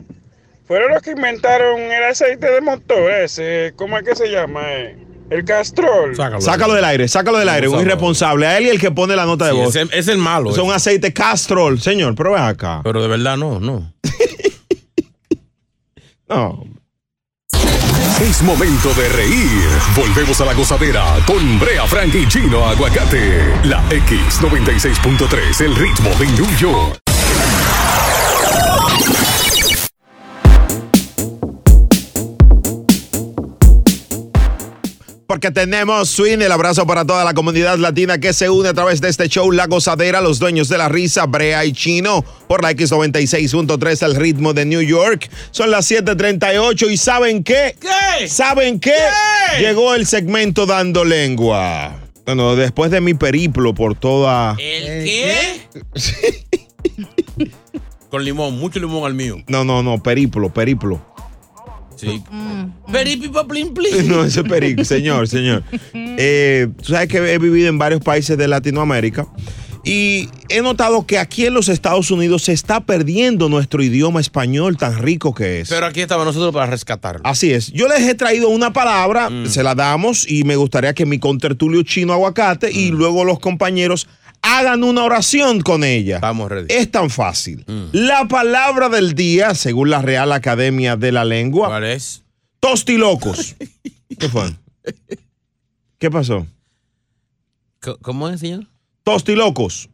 Speaker 23: fueron los que inventaron el aceite de motor ese, ¿cómo es que se llama? eh? El castrol.
Speaker 2: Sácalo del aire, sácalo del aire, un irresponsable. A él y el que pone la nota de
Speaker 13: Sí,
Speaker 2: voz.
Speaker 13: ese- es el malo,
Speaker 2: Es un
Speaker 13: ese.
Speaker 2: aceite Castrol. Señor, prueba acá.
Speaker 13: Pero de verdad no, no.
Speaker 2: No.
Speaker 1: Es momento de reír. Volvemos a la gozadera con Brea Frank y Chino Aguacate. La X96.3, el ritmo de New York.
Speaker 2: Porque tenemos Swing, el abrazo para toda la comunidad latina que se une a través de este show La Gozadera, los dueños de la risa, Brea y Chino, por la X96.3, el ritmo de New York. Son las 7:38 y ¿saben qué? ¿Qué? ¿Saben qué? Llegó el segmento Dando Lengua. Bueno, después de mi periplo por toda...
Speaker 13: ¿El qué? Con limón, mucho limón al mío.
Speaker 2: No, no, no, periplo, periplo.
Speaker 13: Sí. Peripipa plin plin.
Speaker 2: No, ese es perico, señor, señor. Eh, tú sabes que he vivido en varios países de Latinoamérica y he notado que aquí en los Estados Unidos se está perdiendo nuestro idioma español tan rico que es.
Speaker 13: Pero aquí estamos nosotros para rescatarlo.
Speaker 2: Así es. Yo les he traído una palabra,
Speaker 13: Mm. Mm.
Speaker 2: se la damos y me gustaría que mi contertulio chino aguacate y luego los compañeros hagan una oración con ella. Es tan fácil.
Speaker 13: Mm.
Speaker 2: La palabra del día, según la Real Academia de la Lengua. ¿Cuál
Speaker 13: es?
Speaker 2: Tostilocos. ¿Qué fue? ¿Qué pasó?
Speaker 13: Co- ¿Cómo es, señor?
Speaker 2: Tostilocos.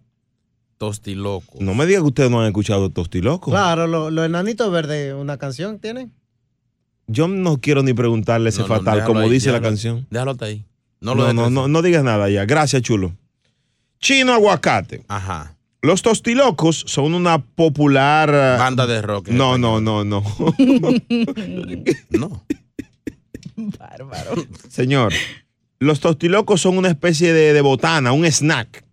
Speaker 13: Tostiloco.
Speaker 2: No me diga que ustedes no han escuchado Tostilocos.
Speaker 4: Claro, los lo enanitos verdes, una canción tienen.
Speaker 2: Yo no quiero ni preguntarle ese
Speaker 13: No, no,
Speaker 2: fatal,
Speaker 13: déjalo
Speaker 2: como
Speaker 13: ahí,
Speaker 2: dice la
Speaker 13: déjalo-
Speaker 2: canción.
Speaker 13: Déjalo hasta ahí.
Speaker 2: No,
Speaker 13: No lo
Speaker 2: no,
Speaker 13: dejes
Speaker 2: no, no, digas nada ya. Gracias, chulo. Chino aguacate.
Speaker 13: Ajá.
Speaker 2: Los tostilocos son una popular. eh,
Speaker 13: Banda de rock.
Speaker 2: No, no, no, no.
Speaker 5: Bárbaro.
Speaker 2: Señor, los tostilocos son una especie de, de botana, un snack.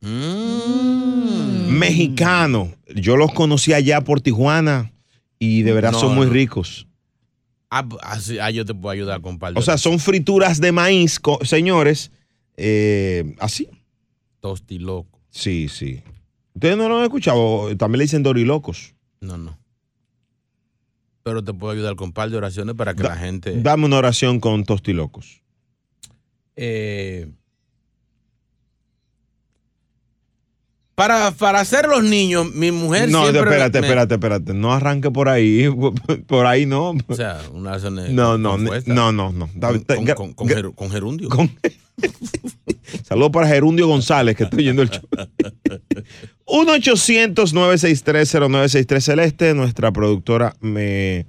Speaker 13: Mm.
Speaker 2: Mexicano. Yo los conocí allá por Tijuana y de verdad
Speaker 13: No,
Speaker 2: son muy
Speaker 13: no.
Speaker 2: ricos.
Speaker 13: Ah, ah, sí, ah, yo te puedo ayudar con par de
Speaker 2: O sea, son frituras de maíz, co- señores. eh, así.
Speaker 13: tostiloco.
Speaker 2: Sí, sí. Ustedes no lo han escuchado. También le dicen dorilocos.
Speaker 13: No, no. Pero te puedo ayudar con par de oraciones para que la gente.
Speaker 2: Dame una oración con tostilocos.
Speaker 13: eh, para, para hacer los niños, mi mujer
Speaker 2: No,
Speaker 13: siempre.
Speaker 2: espérate,
Speaker 13: me-
Speaker 2: espérate, espérate. No arranque por ahí. Por ahí no.
Speaker 13: O sea, una oración. eh,
Speaker 2: No, no,
Speaker 13: con
Speaker 2: no,
Speaker 13: fuerza.
Speaker 2: no, no. no. Da-
Speaker 13: Con,
Speaker 2: da-
Speaker 13: con-
Speaker 2: gra-
Speaker 13: con- con geru- con gerundio.
Speaker 2: Saludos para Gerundio González, que estoy yendo el show. 1-800-963-0963 Celeste, nuestra productora, me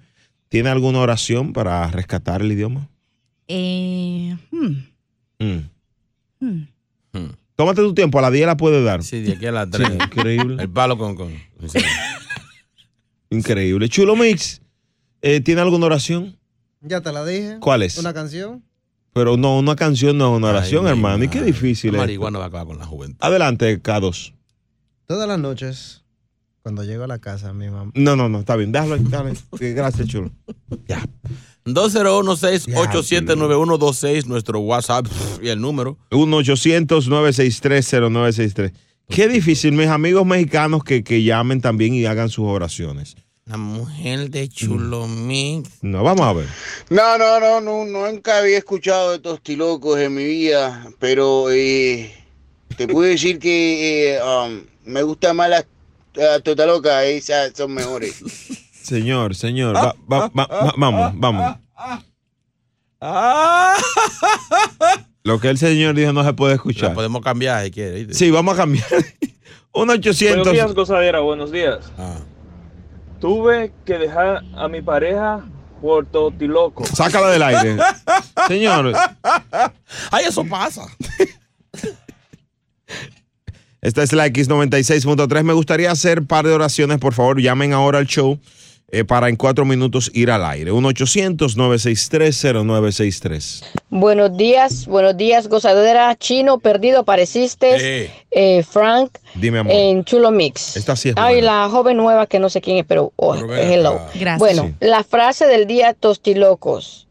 Speaker 2: ¿tiene alguna oración para rescatar el idioma?
Speaker 5: Eh, hmm,
Speaker 2: Mm.
Speaker 5: hmm.
Speaker 2: Tómate tu tiempo, a la 10 la puedes dar.
Speaker 13: Sí, de aquí a las 3.
Speaker 2: increíble.
Speaker 13: El palo con. con sí.
Speaker 2: Increíble. Chulo Mix, eh, ¿tiene alguna oración?
Speaker 4: Ya te la dije.
Speaker 2: ¿Cuál es?
Speaker 4: Una canción.
Speaker 2: Pero no, una canción no es una oración, hermano. Y qué difícil
Speaker 13: La
Speaker 2: es.
Speaker 13: marihuana va a acabar con la juventud.
Speaker 2: Adelante, K2.
Speaker 4: Todas las noches, cuando llego a la casa, mi mamá.
Speaker 2: No, no, no, está bien. Déjalo, ahí, déjalo. ahí. Que Gracias, chulo.
Speaker 13: 201-687-9126, nuestro WhatsApp pf, y el número.
Speaker 2: 1-800-963-0963. Qué difícil, mis amigos mexicanos que, que llamen también y hagan sus oraciones.
Speaker 13: La mujer de Chulomín.
Speaker 2: No, vamos a ver.
Speaker 15: No, no, no, no, nunca había escuchado de tostilocos en mi vida, pero eh, te puedo decir que eh, um, me gustan más las las totaloca, esas son mejores.
Speaker 2: Señor, señor, va- va- va- va- vamos, vamos.
Speaker 13: Ah.
Speaker 2: Lo que el señor dijo no se puede escuchar.
Speaker 13: podemos cambiar si quiere. ¿viste?
Speaker 2: Sí, vamos a cambiar.
Speaker 3: Buenos días,
Speaker 2: 1-800.
Speaker 3: gozadera, buenos días. Tuve que dejar a mi pareja por totiloco.
Speaker 2: Sácala del aire. Señor.
Speaker 13: Ay, eso pasa.
Speaker 2: Esta es la X96.3. Me gustaría hacer par de oraciones. Por favor, llamen ahora al show eh, para en cuatro minutos ir al aire. 1-800-963-0963.
Speaker 6: Buenos días, buenos días, gozadera. Chino, perdido, apareciste.
Speaker 2: Eh.
Speaker 6: Eh, Frank,
Speaker 2: Dime, amor.
Speaker 6: en Chulo Mix.
Speaker 2: Esta sí es
Speaker 6: Ay,
Speaker 2: buena.
Speaker 6: la joven nueva que no sé quién es, pero oh,
Speaker 2: Pero ven
Speaker 6: hello.
Speaker 2: acá.
Speaker 6: Gracias. Bueno, la frase del día, tostilocos.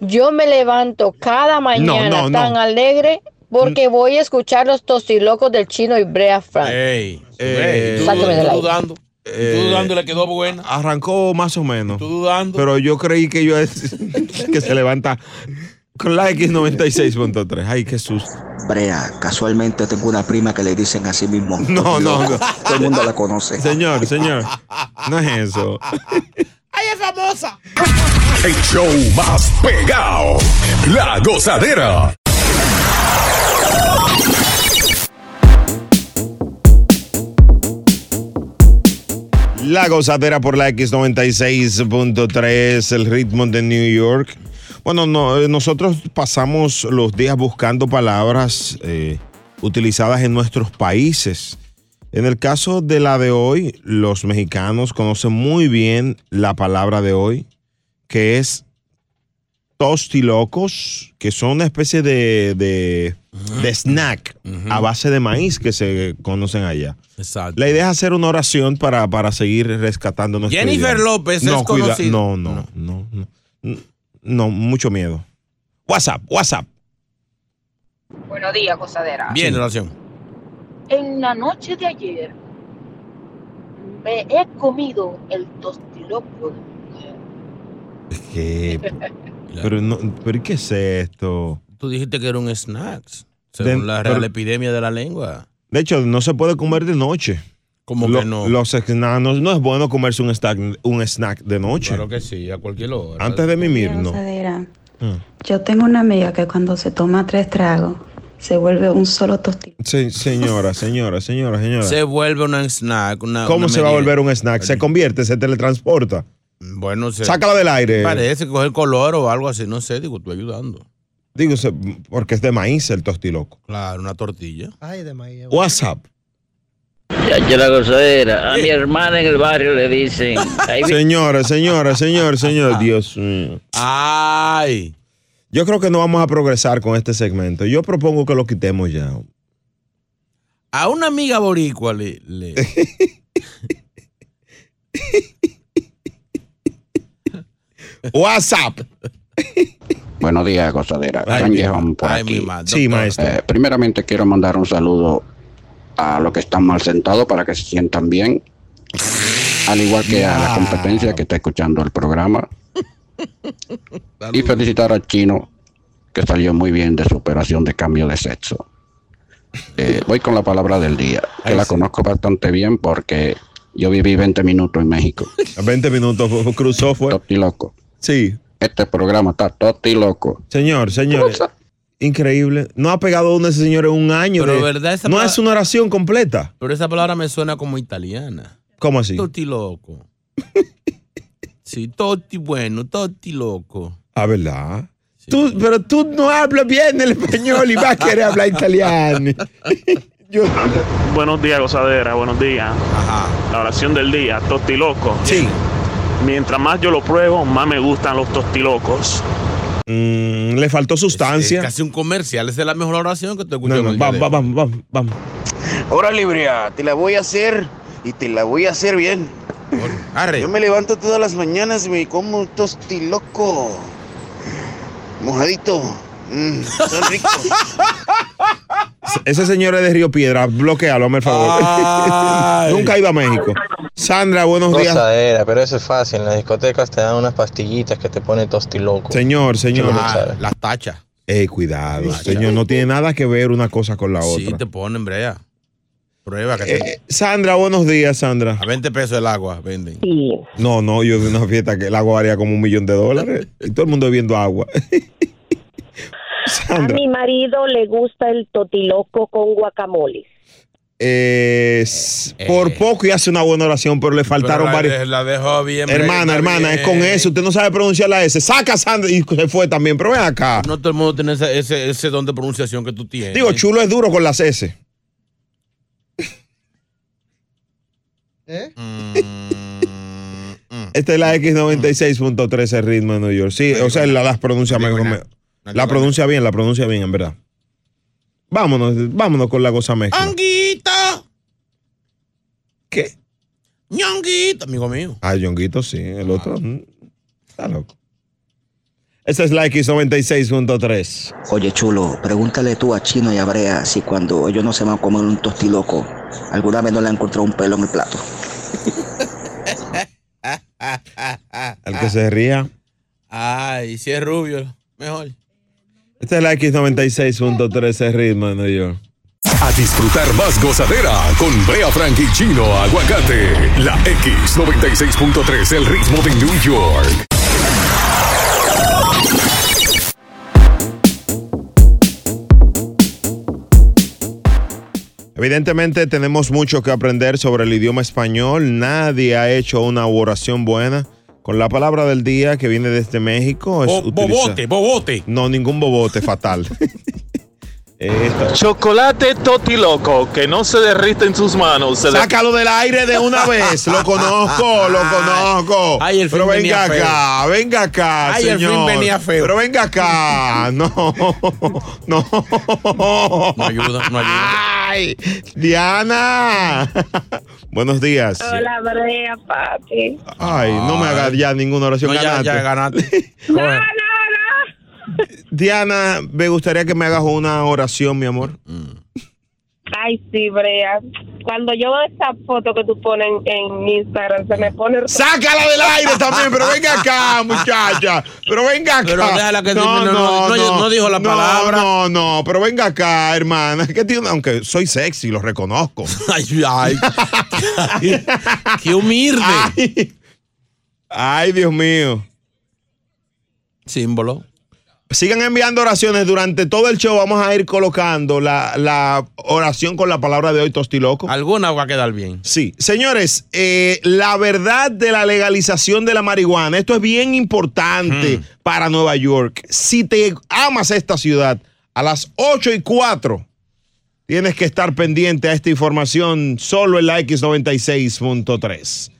Speaker 6: Yo me levanto cada mañana
Speaker 3: no, no.
Speaker 6: tan alegre porque voy a escuchar los tostilocos del chino y Brea Frank.
Speaker 13: Ey,
Speaker 2: Eh,
Speaker 13: tú,
Speaker 6: Sáqueme del
Speaker 13: tú
Speaker 6: aire.
Speaker 13: dudando. tú dudando le quedó buena.
Speaker 2: Arrancó más o menos.
Speaker 13: Tú dudando.
Speaker 2: Pero yo creí que yo es que se levanta con la X96.3. Ay, qué susto.
Speaker 11: Brea, casualmente tengo una prima que le dicen así mismo.
Speaker 2: No, no, no.
Speaker 11: Todo el mundo la conoce.
Speaker 2: Señor, señor. No es eso.
Speaker 13: ¡Ay, es famosa!
Speaker 1: El show más pegado. La gozadera.
Speaker 2: La gozadera por la X96.3, el ritmo de New York. Bueno, no, eh, nosotros pasamos los días buscando palabras eh, utilizadas en nuestros países. En el caso de la de hoy, los mexicanos conocen muy bien la palabra de hoy, que es tostilocos, que son una especie de, de- de snack a base de maíz que se conocen allá.
Speaker 13: Exacto.
Speaker 2: La idea es hacer una oración para, para seguir rescatando nuestro
Speaker 13: Jennifer
Speaker 2: idioma.
Speaker 13: López es
Speaker 2: no, cuida-
Speaker 13: conocida.
Speaker 2: No, no, no, no, no. No, mucho miedo. WhatsApp, WhatsApp.
Speaker 9: Buenos días, gozadera.
Speaker 13: Bien, oración.
Speaker 9: En la noche de ayer me he comido el tostiloco. de mi mujer.
Speaker 2: ¿Qué? Pero, no, pero ¿qué es esto?
Speaker 13: Tú dijiste que era un snacks.
Speaker 2: De-
Speaker 13: Según la real
Speaker 2: pero-
Speaker 13: epidemia de la lengua.
Speaker 2: De hecho, no se puede comer de noche.
Speaker 13: ¿Cómo que no?
Speaker 2: Los enanos, no es bueno comerse un snack, un snack de noche.
Speaker 13: Claro que sí, a cualquier hora.
Speaker 2: Antes de mimir, no.
Speaker 16: Gozadera. Yo tengo una amiga que cuando se toma tres tragos se vuelve un solo tostillo.
Speaker 2: Se- señora, señora, señora, señora.
Speaker 13: Se vuelve un snack. Una,
Speaker 2: ¿Cómo
Speaker 13: una
Speaker 2: se va a
Speaker 13: medida.
Speaker 2: volver un snack? Se convierte, se teletransporta.
Speaker 13: Bueno, se-
Speaker 2: Sácala del aire.
Speaker 13: Parece coger color o algo así, no sé, digo, estoy ayudando.
Speaker 2: Digo, se- porque es de maíz el tostiloco.
Speaker 13: Claro, una tortilla.
Speaker 24: Ay, de maíz.
Speaker 2: WhatsApp.
Speaker 25: Ya la gozadera. A mi hermana en el barrio le dicen. Ahí vi-
Speaker 2: Señora, señora, señor, señor, Dios mío.
Speaker 13: Ah. Ay.
Speaker 2: Yo creo que no vamos a progresar con este segmento. Yo propongo que lo quitemos ya.
Speaker 13: A una amiga boricua le. le-
Speaker 2: WhatsApp.
Speaker 26: Buenos días, gozadera.
Speaker 13: Ay,
Speaker 26: Gran
Speaker 13: mi
Speaker 26: Yejón
Speaker 13: ma-
Speaker 26: por
Speaker 13: ay,
Speaker 26: aquí.
Speaker 13: mi ma- Sí, doctor. maestro.
Speaker 26: Eh, primeramente quiero mandar un saludo a los que están mal sentados para que se sientan bien. Al igual que a la competencia que está escuchando el programa. y felicitar al chino que salió muy bien de su operación de cambio de sexo. Eh, voy con la palabra del día, que la conozco bastante bien porque yo viví 20 minutos en México.
Speaker 2: 20 minutos cruzó fue.
Speaker 26: Toti loco.
Speaker 2: Sí.
Speaker 26: Este programa está toti loco.
Speaker 2: Señor, señor. Increíble. No ha pegado una ese señor en un año.
Speaker 13: Pero
Speaker 2: de-
Speaker 13: verdad, esa
Speaker 2: no
Speaker 13: pa-
Speaker 2: es una oración completa.
Speaker 13: Pero esa palabra me suena como italiana.
Speaker 2: ¿Cómo así?
Speaker 13: Totti loco. sí, Totti bueno, Totti loco.
Speaker 2: Ah, ¿verdad? Tú, pero tú no hablas bien el español y vas a querer hablar italiano.
Speaker 23: Buenos días, gozadera, buenos días. La oración del día, tostiloco.
Speaker 2: Sí.
Speaker 23: Mientras más yo lo pruebo, más me gustan los tostilocos.
Speaker 2: Mm, le faltó sustancia.
Speaker 13: Casi un comercial, esa es la mejor oración que te escuché.
Speaker 2: No, no, vamos, vamos, vamos, vamos.
Speaker 17: Ahora Libria, te la voy a hacer y te la voy a hacer bien. Yo me levanto todas las mañanas y me como un tostiloco. Mojadito. Mm, son ricos.
Speaker 2: Ese señor es de Río Piedra, bloquealo, hazme el favor. Nunca ha ido a México. Sandra, buenos días.
Speaker 27: Gozadera, pero eso es fácil. En las discotecas te dan unas pastillitas que te pone tostiloco.
Speaker 2: Señor, señor.
Speaker 13: las tachas.
Speaker 2: Eh, cuidado, señor. No tiene nada que ver una cosa con la
Speaker 13: Sí,
Speaker 2: otra. Eh,
Speaker 13: te ponen brea. Prueba que te-
Speaker 2: Sandra, buenos días, Sandra.
Speaker 13: A 20 pesos el agua venden.
Speaker 2: No, no, yo de una fiesta que el agua varía como un millón de dólares y todo el mundo bebiendo agua.
Speaker 28: A
Speaker 2: Sandra,
Speaker 28: mi marido le gusta el totiloco con guacamole.
Speaker 2: eh, s- por poco y hace una buena oración, pero le faltaron
Speaker 13: Pero la
Speaker 2: varios.
Speaker 13: de- La dejó bien.
Speaker 2: Hermana,
Speaker 13: brea,
Speaker 2: hermana,
Speaker 13: bien.
Speaker 2: es con eso. Usted no sabe pronunciar la S. Saca Sandra y se fue también, pero ven acá.
Speaker 13: No todo el mundo tiene ese, ese, ese don de pronunciación que tú tienes.
Speaker 2: Digo, chulo es duro con las S. Esta es la X96.13 ritmo de New York. Sí, o sea, la, las pronuncia mejor. La pronuncia bien, la pronuncia bien, en verdad. Vámonos, vámonos con la cosa mezcla.
Speaker 13: ¡Anguita!
Speaker 2: ¿Qué?
Speaker 13: ¡Ñonguita! Amigo mío.
Speaker 2: Ah, Yonguito, sí, el otro. mm, Está loco. Esta es la X96.3.
Speaker 11: Oye, chulo, pregúntale tú a Chino y a Brea si cuando ellos no se van a comer un tostiloco, alguna vez no le han encontrado un pelo en el plato.
Speaker 2: El que se ría.
Speaker 13: Ay, si es rubio, mejor.
Speaker 2: Esta es la X96.13 ritmo de New York.
Speaker 1: A disfrutar más gozadera con Brea Frank y Chino Aguacate. La X96.3, el ritmo de New York.
Speaker 2: Evidentemente tenemos mucho que aprender sobre el idioma español. Nadie ha hecho una oración buena con la palabra del día que viene desde México. Es
Speaker 13: bobote, bobote.
Speaker 2: No, ningún bobote, fatal.
Speaker 23: Chocolate totiloco, que no se derrita en sus manos. se le-
Speaker 2: Sácalo del aire de una vez. Lo conozco, lo conozco.
Speaker 23: Ay, el fin
Speaker 2: Pero venga
Speaker 23: venía feo.
Speaker 2: acá, venga acá,
Speaker 23: Ay, el fin
Speaker 2: señor.
Speaker 23: venía feo.
Speaker 2: Pero venga acá. No, no. No
Speaker 13: ayuda, no ayuda.
Speaker 2: Ay, Diana. Buenos días.
Speaker 19: Hola, Brea, papi.
Speaker 13: Ah.
Speaker 2: Ay, no me hagas ya ninguna oración.
Speaker 13: No, ya, ya ganaste.
Speaker 19: No, no, no.
Speaker 2: Diana, me gustaría que me hagas una oración, mi amor.
Speaker 19: Ay, sí, Brea.
Speaker 29: cuando yo veo esa foto que tú pones en, en Instagram, se me pone...
Speaker 2: Sácala del aire también, pero venga acá, muchacha. Pero venga acá.
Speaker 13: Pero déjala que termine, no, no, no, no dijo la palabra.
Speaker 2: No, no, pero venga acá, hermana. Que tiene- aunque soy sexy, lo reconozco.
Speaker 13: ay, ay. Qué humilde.
Speaker 2: Ay. Ay, Dios mío.
Speaker 13: Símbolo.
Speaker 2: Sigan enviando oraciones durante todo el show. Vamos a ir colocando la, la oración con la palabra de hoy, Tostiloco.
Speaker 13: Alguna va a quedar bien.
Speaker 2: Sí, señores, eh, la verdad de la legalización de la marihuana, esto es bien importante para Nueva York. Si te amas esta ciudad, a las 8 y 4 tienes que estar pendiente a esta información solo en la X96.3.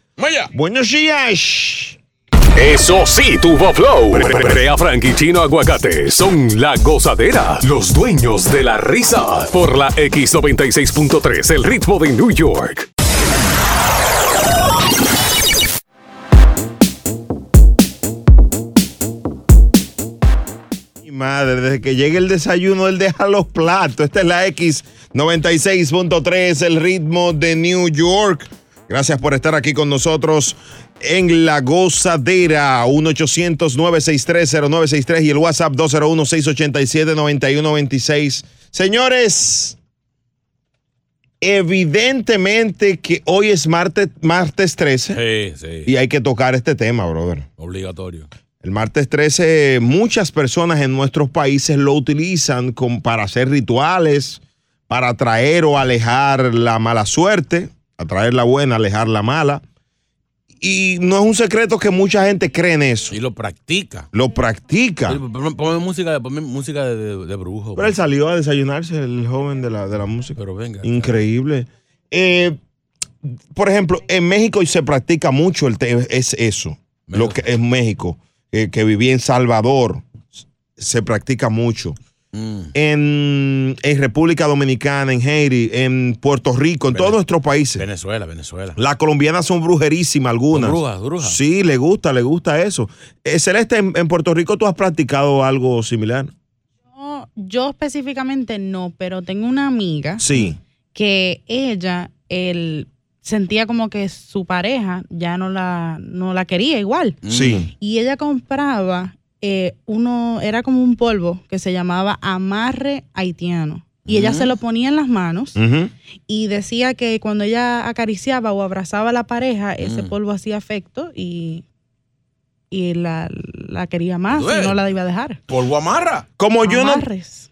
Speaker 2: Buenos días.
Speaker 1: Eso sí, tuvo flow. Bre- Brea Frank y Chino Aguacate son la gozadera, los dueños de la risa. Por la X96.3, el ritmo de New York.
Speaker 2: Mi madre, desde que llegue el desayuno, él deja los platos. Esta es la X96.3, el ritmo de New York. Gracias por estar aquí con nosotros en La Gozadera, 1-800-963-0963 y el WhatsApp 201-687-9126. Señores, evidentemente que hoy es martes, martes 13
Speaker 13: Sí, sí.
Speaker 2: y hay que tocar este tema, brother.
Speaker 13: Obligatorio.
Speaker 2: El martes 13, muchas personas en nuestros países lo utilizan con- para hacer rituales, para atraer o alejar la mala suerte, atraer la buena, alejar la mala. Y no es un secreto que mucha gente cree en eso.
Speaker 13: Y lo practica.
Speaker 2: Lo practica.
Speaker 13: Sí, pon- Ponme música, ponme música de, de- de brujo.
Speaker 2: Pero él salió a desayunarse, el joven de la, de la música.
Speaker 13: Pero venga.
Speaker 2: Increíble. Eh, por ejemplo, en México se practica mucho el te- es eso. Lo que es México, eh, que viví en Salvador, se practica mucho. En, en República Dominicana, en Haití, en Puerto Rico, en todos nuestros países.
Speaker 13: Venezuela, Venezuela.
Speaker 2: Las colombianas son brujerísimas algunas.
Speaker 13: Son brujas, brujas.
Speaker 2: Sí, le gusta, le gusta eso. Eh, Celeste, en, en Puerto Rico tú has practicado algo similar.
Speaker 5: No, yo específicamente no, pero tengo una amiga
Speaker 2: Sí.
Speaker 5: que ella él, sentía como que su pareja ya no la, no la quería igual.
Speaker 2: Mm. Sí.
Speaker 5: Y ella compraba eh, uno, era como un polvo que se llamaba amarre haitiano. Y ella
Speaker 2: Mm.
Speaker 12: Ujú.
Speaker 5: se lo ponía en las manos y decía que cuando ella acariciaba o abrazaba a la pareja,
Speaker 2: Mm.
Speaker 5: ese polvo hacía efecto y, y la, la quería más y no la iba a dejar.
Speaker 13: Polvo amarra.
Speaker 2: Como yo no
Speaker 5: Amarres.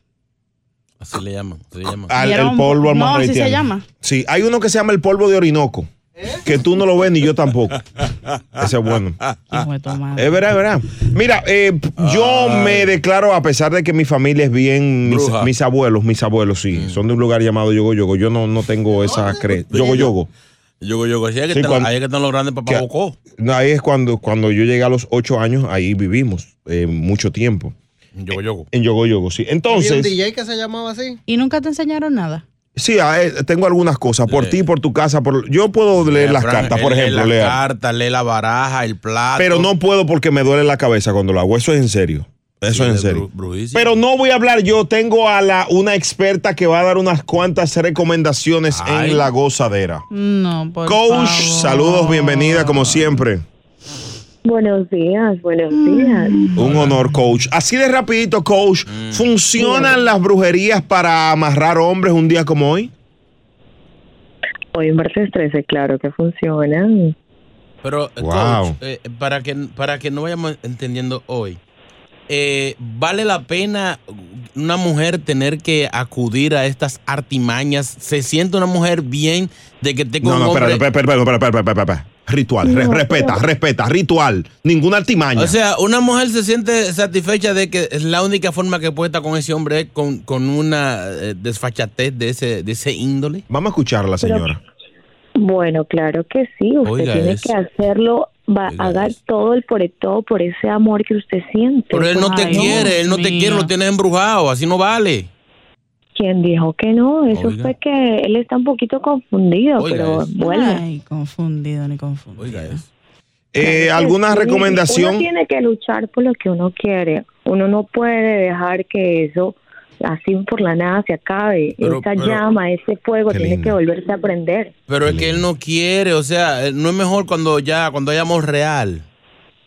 Speaker 13: Así le llaman. así le llaman.
Speaker 2: Al,
Speaker 5: Y era
Speaker 2: el
Speaker 5: un-
Speaker 2: polvo al
Speaker 5: no,
Speaker 2: más
Speaker 5: así se
Speaker 2: haitiano.
Speaker 5: llama.
Speaker 2: Sí, hay uno que se llama el polvo de Orinoco. Que tú no lo ves ni yo tampoco. Ese es bueno. Es verdad, es verdad. Mira, eh, yo me declaro, a pesar de que mi familia es bien, mis,
Speaker 13: Bruja.
Speaker 2: mis abuelos, mis abuelos, sí, son de un lugar llamado Yogo Yogo. Yo no, no tengo esa creencia. Yogo Yogo.
Speaker 13: Yogo, yogo. Así es que
Speaker 2: Sí,
Speaker 13: están-
Speaker 2: cuando-
Speaker 13: ahí es que están los grandes
Speaker 2: que-
Speaker 13: papabocó.
Speaker 2: No, ahí es cuando, cuando yo llegué a los ocho años, ahí vivimos eh, mucho tiempo.
Speaker 13: Yogo Yogo.
Speaker 2: En Yogo Yogo, sí.
Speaker 4: Había un
Speaker 2: Entonces,
Speaker 4: DJ que se llamaba así.
Speaker 5: Y nunca te enseñaron nada.
Speaker 2: sí, ah, eh, tengo algunas cosas. Por ti, por tu casa. por Yo puedo leer las
Speaker 13: Fran,
Speaker 2: cartas,
Speaker 13: él
Speaker 2: por
Speaker 13: lee
Speaker 2: ejemplo,
Speaker 13: las
Speaker 2: leer.
Speaker 13: cartas, lee la baraja, el plato.
Speaker 2: Pero no puedo porque me duele la cabeza cuando lo hago. Eso es en serio. Eso es en serio. Pero no voy a hablar yo. Tengo a la, una experta que va a dar unas cuantas recomendaciones en la gozadera.
Speaker 5: No, por
Speaker 2: Coach,
Speaker 5: favor.
Speaker 2: saludos, bienvenida como siempre.
Speaker 28: Buenos días, buenos
Speaker 19: Mm.
Speaker 28: días.
Speaker 2: Un honor, coach. Así de rapidito, coach. ¿Funcionan las brujerías para amarrar hombres un día como hoy?
Speaker 28: Hoy en martes 13, claro que funcionan.
Speaker 13: Pero, eh,
Speaker 2: Wow.
Speaker 13: coach, eh, para, que, para que no vayamos entendiendo hoy, eh, ¿vale la pena una mujer tener que acudir a estas artimañas? ¿Se siente una mujer bien de que te con
Speaker 2: No,
Speaker 13: un
Speaker 2: no, espera,
Speaker 13: hombre?
Speaker 2: espera, espera, espera, espera, espera, espera, espera. Ritual, re-
Speaker 13: No,
Speaker 2: respeta,
Speaker 13: pero-
Speaker 2: respeta, ritual. Ninguna artimaña.
Speaker 13: O sea, una mujer se siente satisfecha de que es la única forma que puede estar con ese hombre es con, con una eh, desfachatez de ese, de ese índole.
Speaker 2: Vamos a escucharla,
Speaker 28: señora. Bueno, claro que sí, usted
Speaker 13: Oiga
Speaker 28: tiene
Speaker 13: eso.
Speaker 28: que hacerlo, va, haga todo el por todo por ese amor que usted siente.
Speaker 13: Pero él no te quiere, él no te quiere, lo tienes embrujado, así no vale.
Speaker 28: Quien dijo que no, eso
Speaker 13: Oiga.
Speaker 28: fue que él está un poquito confundido,
Speaker 13: Oiga
Speaker 28: pero
Speaker 13: eso.
Speaker 28: vuelve.
Speaker 5: Ay, confundido ni confundido.
Speaker 2: Eh, ¿Alguna
Speaker 28: Pues, Sí,
Speaker 2: recomendación?
Speaker 28: Uno tiene que luchar por lo que uno quiere. Uno no puede dejar que eso así por la nada se acabe.
Speaker 13: Pero-
Speaker 28: Esa
Speaker 13: pero-
Speaker 28: llama, ese fuego tiene que volverse a prender.
Speaker 13: Pero es que él no quiere, o sea, eh, no es mejor cuando ya, cuando hay amor real.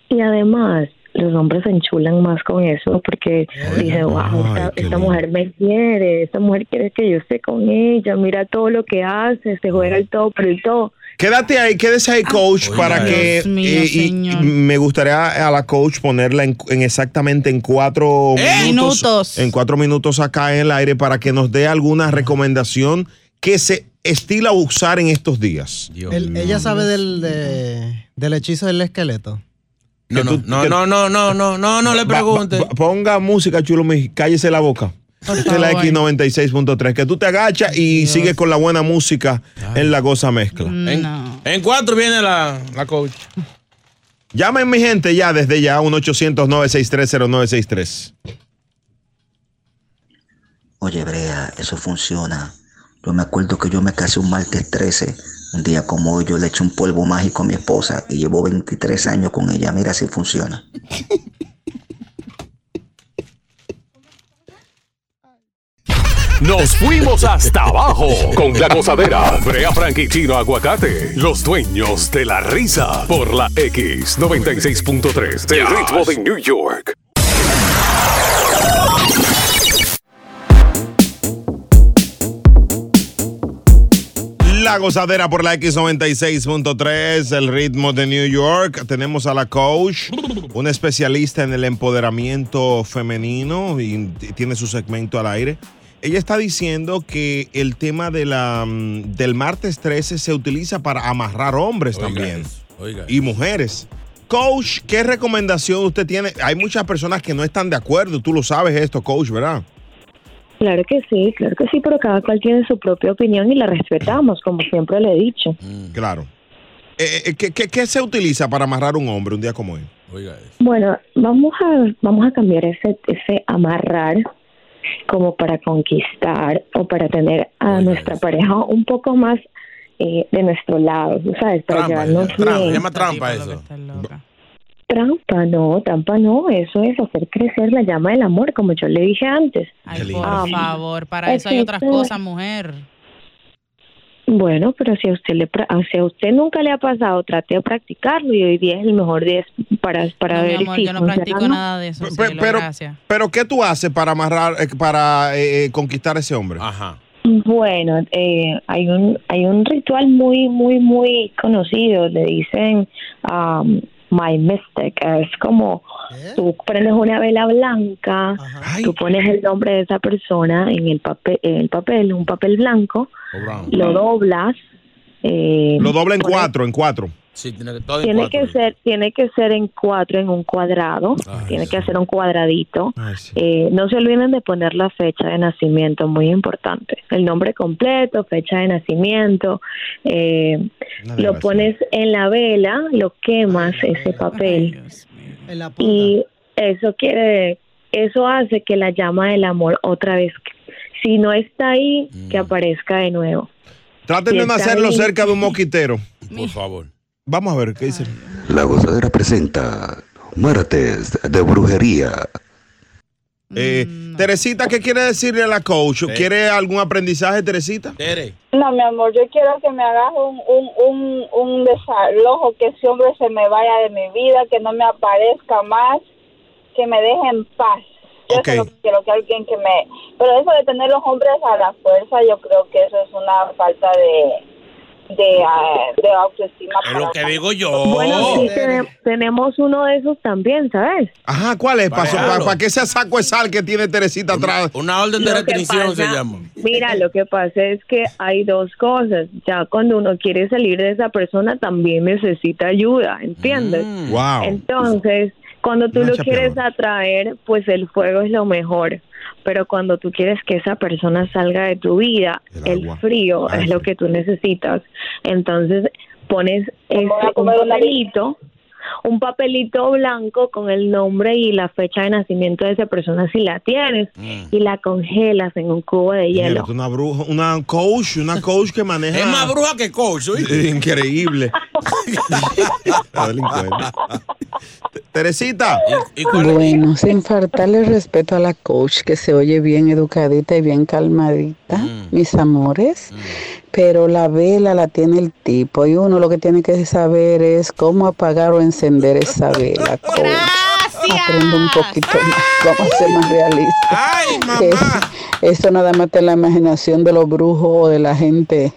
Speaker 28: Y además, los hombres se enchulan más con eso porque dicen, wow, esta, esta mujer me quiere, esta mujer quiere que yo esté con ella, mira todo lo que hace, se juega el todo por el todo.
Speaker 2: Quédate ahí, quédese
Speaker 13: Ah.
Speaker 2: ahí, coach, para que.
Speaker 28: Dios mío,
Speaker 2: eh, y- y me gustaría a la coach ponerla en, en exactamente en cuatro
Speaker 13: Eh,
Speaker 2: minutos,
Speaker 5: Minutos.
Speaker 2: En cuatro minutos acá en el aire para que nos dé alguna recomendación que se estila usar en estos días.
Speaker 4: El- ella sabe del, de- del hechizo del esqueleto.
Speaker 2: No,
Speaker 13: No, no, no, no, no, no, no le pregunte.
Speaker 2: ponga música, chulo, mi- cállese la boca. Esta es la
Speaker 13: favor.
Speaker 2: X96.3. Que tú te agachas y sigues con la buena música en la goza mezcla.
Speaker 13: En, en cuatro viene la, la coach.
Speaker 2: Llamen mi gente ya desde ya, 1-800-963-0963.
Speaker 11: Oye, Brea, eso funciona. Yo me acuerdo que yo me casé un martes 13. Un día como hoy yo le eché un polvo mágico a mi esposa y llevo 23 años con ella. Mira si funciona.
Speaker 1: Nos fuimos hasta abajo con la gozadera. Brea Frank y Chino Aguacate, los dueños de la risa por la X96.3. El ritmo de New York.
Speaker 2: La gozadera por la X96.3, el ritmo de New York. Tenemos a la coach, una especialista en el empoderamiento femenino y t- tiene su segmento al aire. Ella está diciendo que el tema de la, mm, del martes 13 se utiliza para amarrar hombres también
Speaker 13: Oiga.
Speaker 2: y mujeres. Coach, ¿qué recomendación usted tiene? Hay muchas personas que no están de acuerdo. Tú lo sabes esto, coach, ¿verdad?
Speaker 28: Claro que sí, claro que sí, pero cada cual tiene su propia opinión y la respetamos, como siempre le he dicho.
Speaker 13: Mm.
Speaker 2: Claro. Eh, eh, ¿qué- qué, qué se utiliza para amarrar un hombre un día como hoy?
Speaker 13: Oiga. eh.
Speaker 28: Bueno, vamos a, vamos a cambiar ese, ese amarrar como para conquistar o para tener a nuestra pareja un poco más eh, de nuestro lado, ¿sabes? Para llevarnos
Speaker 13: Trampa,
Speaker 28: bien.
Speaker 13: llama trampa eso.
Speaker 28: Trampa, no, trampa no, eso es hacer crecer la llama del amor, como yo le dije antes. Ah,
Speaker 5: Por favor, para eso hay
Speaker 28: existe-
Speaker 5: otras cosas, mujer.
Speaker 28: Bueno, pero si a usted le pra- si a usted nunca le ha pasado, trate de practicarlo y hoy día es el mejor día para para
Speaker 5: No, mi
Speaker 28: ver
Speaker 5: amor,
Speaker 28: si
Speaker 5: yo Ah, no
Speaker 28: funciona
Speaker 5: practico
Speaker 28: o no.
Speaker 5: nada de eso.
Speaker 2: Pe-
Speaker 5: cielo,
Speaker 2: pero,
Speaker 5: gracias.
Speaker 2: pero ¿qué tú haces para amarrar, eh, para eh, eh, conquistar a ese hombre? Ajá.
Speaker 28: Bueno, eh, hay un hay un ritual muy muy muy conocido, le dicen um, my mystic, es como tú prendes una vela blanca, tú pones el nombre de esa persona en el papel en el papel, un papel blanco, lo doblas, eh,
Speaker 2: Ah, Lo dobla en
Speaker 28: pones-
Speaker 2: cuatro, en cuatro.
Speaker 13: Sí, tiene que todo en
Speaker 28: tiene
Speaker 13: cuatro.
Speaker 28: que ser tiene que ser en cuatro en un cuadrado
Speaker 2: Ah,
Speaker 28: tiene que hacer un cuadradito Eh, no se olviden de poner la fecha de nacimiento muy importante el nombre completo fecha de nacimiento eh, lo pones en la vela lo quemas ese papel y eso quiere eso hace que la llama del amor otra vez si no está ahí
Speaker 2: Mm.
Speaker 28: que aparezca de nuevo
Speaker 2: Traten
Speaker 28: Si
Speaker 2: de no
Speaker 28: está
Speaker 2: hacerlo
Speaker 28: ahí-
Speaker 2: cerca de un moquitero. Por favor. Vamos a ver qué dice.
Speaker 5: Ah,
Speaker 12: La gozadera presenta Martes de Brujería.
Speaker 5: mm,
Speaker 2: Eh, Teresita, ¿qué quiere decirle a la coach? ¿Quiere algún aprendizaje, Teresita?
Speaker 29: No, mi amor, yo quiero que me hagas un, un, un, un desalojo, que ese hombre se me vaya de mi vida, que no me aparezca más, que me deje en paz. Yo
Speaker 2: Ok.
Speaker 29: solo quiero que alguien que me... Pero eso de tener los hombres a la fuerza, yo creo que eso es una falta de, de, ah, de autoestima.
Speaker 13: Es lo que digo yo.
Speaker 2: Oh.
Speaker 28: bueno sí tenem- tenemos uno de esos también sabes
Speaker 2: Ajá, ¿cuál es? ¿Para,
Speaker 28: Parearlo.
Speaker 2: para, para qué ese saco de sal que tiene Teresita atrás?
Speaker 13: Una orden
Speaker 28: Lo que pasa- Mira, lo que pasa es que hay dos cosas. Ya cuando uno quiere salir de esa persona, también necesita ayuda, ¿entiendes?
Speaker 2: wow.
Speaker 28: Entonces, cuando tú
Speaker 2: Una
Speaker 28: lo quieres atraer, pues el fuego es lo mejor. Pero cuando tú quieres que esa persona salga de tu vida, el, frío es lo que tú necesitas. Entonces, pones este, un papelito un papelito blanco con el nombre y la fecha de nacimiento de esa persona si la tienes y la congelas en un cubo de hielo.
Speaker 2: Mierda, Una bruja, una coach, una coach que maneja.
Speaker 28: Es más
Speaker 13: bruja que coach,
Speaker 2: Increíble. La delincuente. Teresita.
Speaker 16: Bueno, sin faltarle respeto a la coach, que se oye bien educadita y bien calmadita, mis amores, pero la vela la tiene el tipo y uno lo que tiene que saber es cómo apagar o encender esa vela, coach. Aprende un poquito más, cómo ser más realista. Que Eso nada más está en la imaginación de los brujos o de la gente.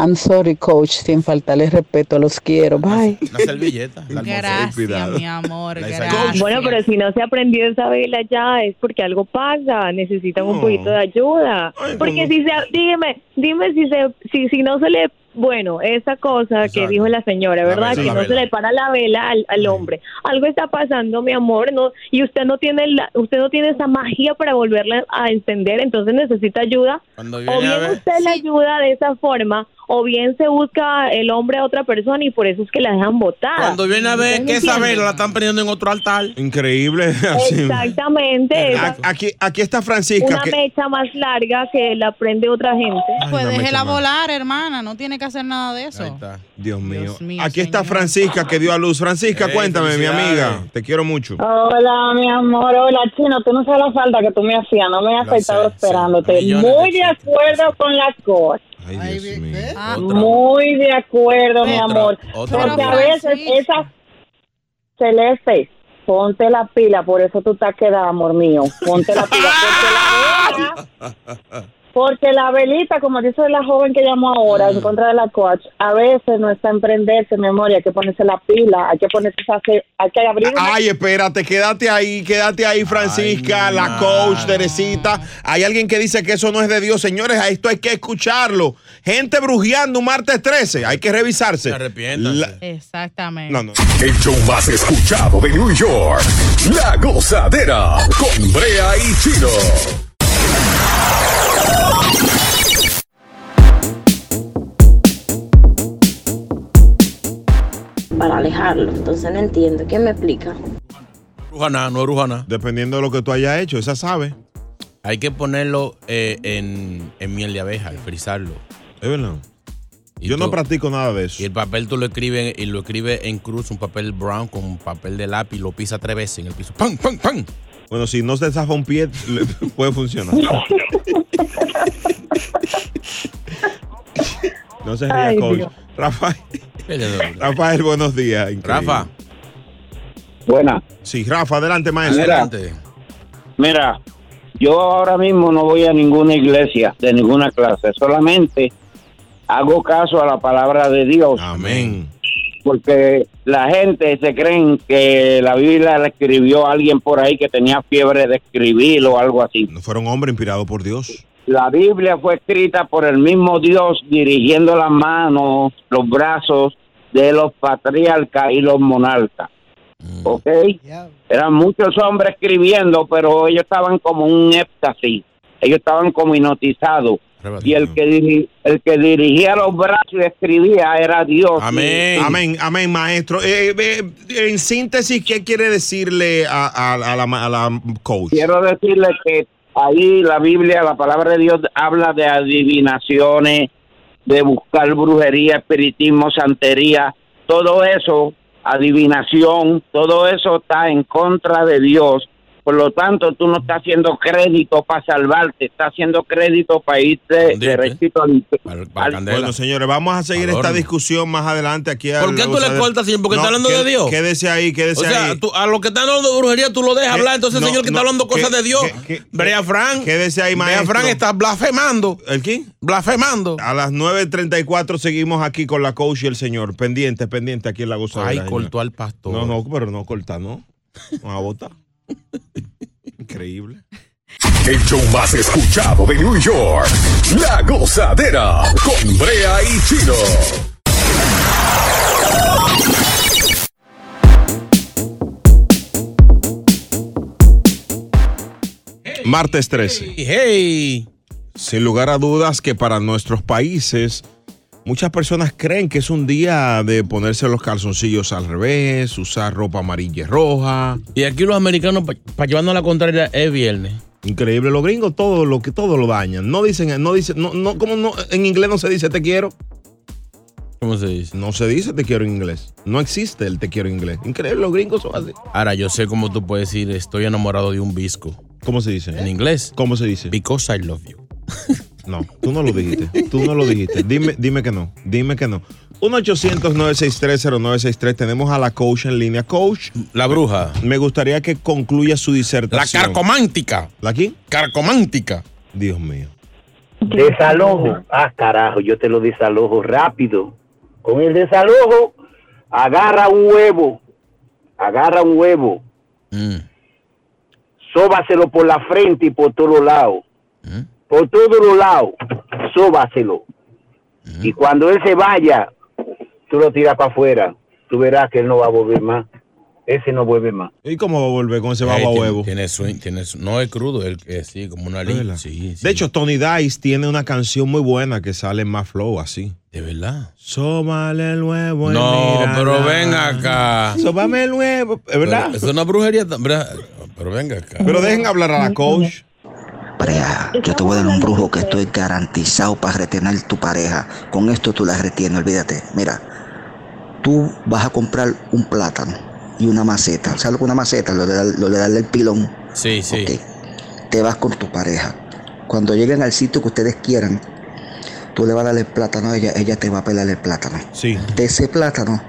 Speaker 16: I'm sorry, coach, sin faltarle respeto, los quiero, bye.
Speaker 13: Una servilleta. la almohada.
Speaker 16: Gracias, mi
Speaker 5: amor.
Speaker 16: Bueno, Bueno, pero si no se aprendió esa vela ya, es porque algo pasa, necesitan un poquito de ayuda. porque si se, dime, dime si se, si, si no se le, bueno, esa cosa que dijo la señora, ¿verdad? vela, que la no se vela. le para la vela al, al hombre. Algo está pasando, mi amor, no, y usted no tiene la, usted no tiene esa magia para volverla a encender, entonces necesita ayuda.
Speaker 13: Cuando
Speaker 16: O
Speaker 13: viene a
Speaker 16: bien
Speaker 13: ver.
Speaker 16: usted la ayuda de esa forma, o bien se busca el hombre a otra persona y por eso es que la dejan botada.
Speaker 13: Cuando viene a ver que esa
Speaker 16: entiende?
Speaker 13: vela la están prendiendo en otro altar.
Speaker 2: Increíble. así.
Speaker 16: Exactamente. esa-
Speaker 2: Aquí, aquí está Francisca.
Speaker 16: una
Speaker 2: que-
Speaker 16: mecha más larga que la prende otra gente.
Speaker 5: Pues
Speaker 2: una mecha
Speaker 5: déjela
Speaker 2: más.
Speaker 5: volar, hermana. No tiene que hacer nada de eso.
Speaker 2: Dios mío. Aquí está Francisca que dio a luz. Francisca,
Speaker 13: Eh,
Speaker 17: Ey,
Speaker 2: cuéntame, mi
Speaker 17: felicidades.
Speaker 2: amiga. Te quiero mucho.
Speaker 17: Hola, mi amor. Hola, chino. Tú no sabes la falta que tú me hacías. No me has
Speaker 2: Lo sé,
Speaker 17: estado esperándote.
Speaker 2: Millones de
Speaker 17: Muy de acuerdo con la cosa. Muy de acuerdo, mi amor.
Speaker 18: otra
Speaker 17: Porque a
Speaker 18: vez.
Speaker 17: veces esas celestes, ponte la pila. Por eso tú estás quedada, amor mío. Ponte la pila. Porque la velita, como dice la joven que llamó ahora en contra de la coach, a veces no está en prenderse, mi amor, y hay que ponerse la pila, hay que ponerse esa ce- hay que abrir una
Speaker 2: Ay, espérate, quédate ahí, quédate ahí, Francisca, la coach, Teresita. Hay alguien que dice que eso no es de Dios, señores, a esto hay que escucharlo. Gente brujeando un martes 13, hay que revisarse. La-
Speaker 5: Exactamente.
Speaker 2: No, no.
Speaker 1: El show más escuchado de New York. La gozadera con Brea y Chino.
Speaker 18: para alejarlo. Entonces no entiendo. ¿Quién me explica?
Speaker 13: Brujana, no brujana.
Speaker 2: Dependiendo de lo que tú hayas hecho, esa sabe.
Speaker 13: Hay que ponerlo eh, en, en miel de abeja, y frizarlo.
Speaker 2: Es verdad. Yo no practico nada de eso.
Speaker 13: Y el papel tú lo escribes y lo escribes en cruz, un papel brown con un papel de lápiz, lo pisa tres veces en el piso. ¡Pam, pam, pam!
Speaker 2: Bueno, si no se zafa un pie, le- puede funcionar. no se ría,
Speaker 17: Ay,
Speaker 2: coach.
Speaker 17: Dios.
Speaker 2: Rafael. Rafael, buenos días. Rafa.
Speaker 17: Buena.
Speaker 2: Sí, Rafa, adelante, maestro.
Speaker 17: Adelante. Mira, yo ahora mismo no voy a ninguna iglesia de ninguna clase, solamente hago caso a la palabra de Dios.
Speaker 2: Amén.
Speaker 17: Porque la gente se creen que la Biblia la escribió alguien por ahí que tenía fiebre de escribir o algo así.
Speaker 2: No fuera un hombre inspirado por Dios.
Speaker 17: La Biblia fue escrita por el mismo Dios dirigiendo las manos, los brazos de los patriarcas y los monarcas.
Speaker 2: Mm.
Speaker 17: ¿Ok? Eran muchos hombres escribiendo, pero ellos estaban como un éxtasis. Ellos estaban como hipnotizados. Y el que, diri- el que dirigía los brazos y escribía era Dios.
Speaker 2: Amén, amén, maestro. Eh, eh, en síntesis, ¿qué quiere decirle a, a- a la, ma- a la coach?
Speaker 17: Quiero decirle que ahí la Biblia, la palabra de Dios habla de adivinaciones, de buscar brujería, espiritismo, santería, todo eso, adivinación, todo eso está en contra de Dios. Por lo tanto, tú no estás haciendo crédito para salvarte, estás haciendo crédito para irte derechito al, al-
Speaker 2: Bueno, señores, vamos a seguir esta discusión más adelante aquí.
Speaker 13: ¿Por
Speaker 2: al-
Speaker 13: qué tú
Speaker 2: o sea,
Speaker 13: le cortas siempre? Porque
Speaker 2: no,
Speaker 13: está hablando
Speaker 2: qué-
Speaker 13: de Dios.
Speaker 2: Quédese ahí, quédese
Speaker 13: o sea,
Speaker 2: ahí.
Speaker 13: tú- a los que están hablando de brujería tú lo dejas
Speaker 2: Eh,
Speaker 13: hablar. Entonces,
Speaker 2: no,
Speaker 13: señor, que
Speaker 2: no,
Speaker 13: está hablando
Speaker 2: que-
Speaker 13: cosas de Dios.
Speaker 2: que- que-
Speaker 13: Brea Frank.
Speaker 2: Quédese ahí,
Speaker 13: Brea
Speaker 2: maestro.
Speaker 13: Frank está blasfemando.
Speaker 2: ¿El quién?
Speaker 13: Blasfemando.
Speaker 2: A las 9.34 seguimos aquí con la coach y el señor. Pendiente, pendiente aquí en la gozadera.
Speaker 13: Ay,
Speaker 2: señor.
Speaker 13: cortó al pastor.
Speaker 2: No, no, pero no corta, no. Vamos a votar. Increíble.
Speaker 1: El show más escuchado de New York. La gozadera con Brea y Chino.
Speaker 2: Martes 13. Sin lugar a dudas que para nuestros países muchas personas creen que es un día de ponerse los calzoncillos al revés, usar ropa amarilla y roja.
Speaker 13: Y aquí los americanos, para llevarnos la contraria, es viernes.
Speaker 2: Increíble, los gringos todo lo que todo lo dañan. No dicen, no dicen, no, no, como no, en inglés no se dice te quiero.
Speaker 13: ¿Cómo se dice?
Speaker 2: No se dice te quiero en inglés. No existe el te quiero en inglés. Increíble, los gringos son así.
Speaker 13: Ahora, yo sé cómo tú puedes decir estoy enamorado de un visco.
Speaker 2: ¿Cómo se dice?
Speaker 13: En inglés.
Speaker 2: ¿Cómo se dice?
Speaker 13: Because I love you.
Speaker 2: No, tú no lo dijiste. Tú no lo dijiste. Dime, dime que no. Dime que no. 1-800-963-0963. Tenemos a la coach en línea. Coach.
Speaker 13: La bruja.
Speaker 2: Me gustaría que concluya su
Speaker 13: La
Speaker 2: disertación.
Speaker 13: carcomántica.
Speaker 2: ¿La quién?
Speaker 13: Carcomántica.
Speaker 2: Dios mío.
Speaker 30: Desalojo. Ah, carajo, yo te lo desalojo rápido. Con el desalojo, agarra un huevo. Agarra un huevo. Sóbaselo por la frente y por todos lados. Por todos los lados. Sóbaselo. Y cuando él se vaya, tú lo tiras para afuera. Tú verás que él no va a volver más. Ese no vuelve más.
Speaker 2: ¿Y cómo va a volver con ese babo a
Speaker 13: Eh, tiene-
Speaker 2: huevo?
Speaker 13: Tiene swing, tiene su- No es crudo, es eh, sí, como una línea. Sí,
Speaker 2: De hecho, Tony Dice tiene una canción muy buena que sale en más flow así.
Speaker 13: de verdad.
Speaker 2: Sómale el huevo. y
Speaker 13: No,
Speaker 2: mírala.
Speaker 13: pero ven acá.
Speaker 2: Sóbame el huevo. Es verdad.
Speaker 13: Pero Es una brujería, tam- ¿verdad? Pero venga acá.
Speaker 2: Pero dejen hablar a la coach.
Speaker 11: Yo te voy a dar un brujo que estoy garantizado para retener tu pareja. Con esto tú la retienes, olvídate. Mira, tú vas a comprar un plátano y una maceta. ¿Sabes lo que es una maceta? Lo de, dar- lo de darle el pilón.
Speaker 13: Sí, sí.
Speaker 11: Te vas con tu pareja. Cuando lleguen al sitio que ustedes quieran, tú le vas a dar el plátano a ella, ella te va a pelar el plátano.
Speaker 2: Sí.
Speaker 11: De ese plátano,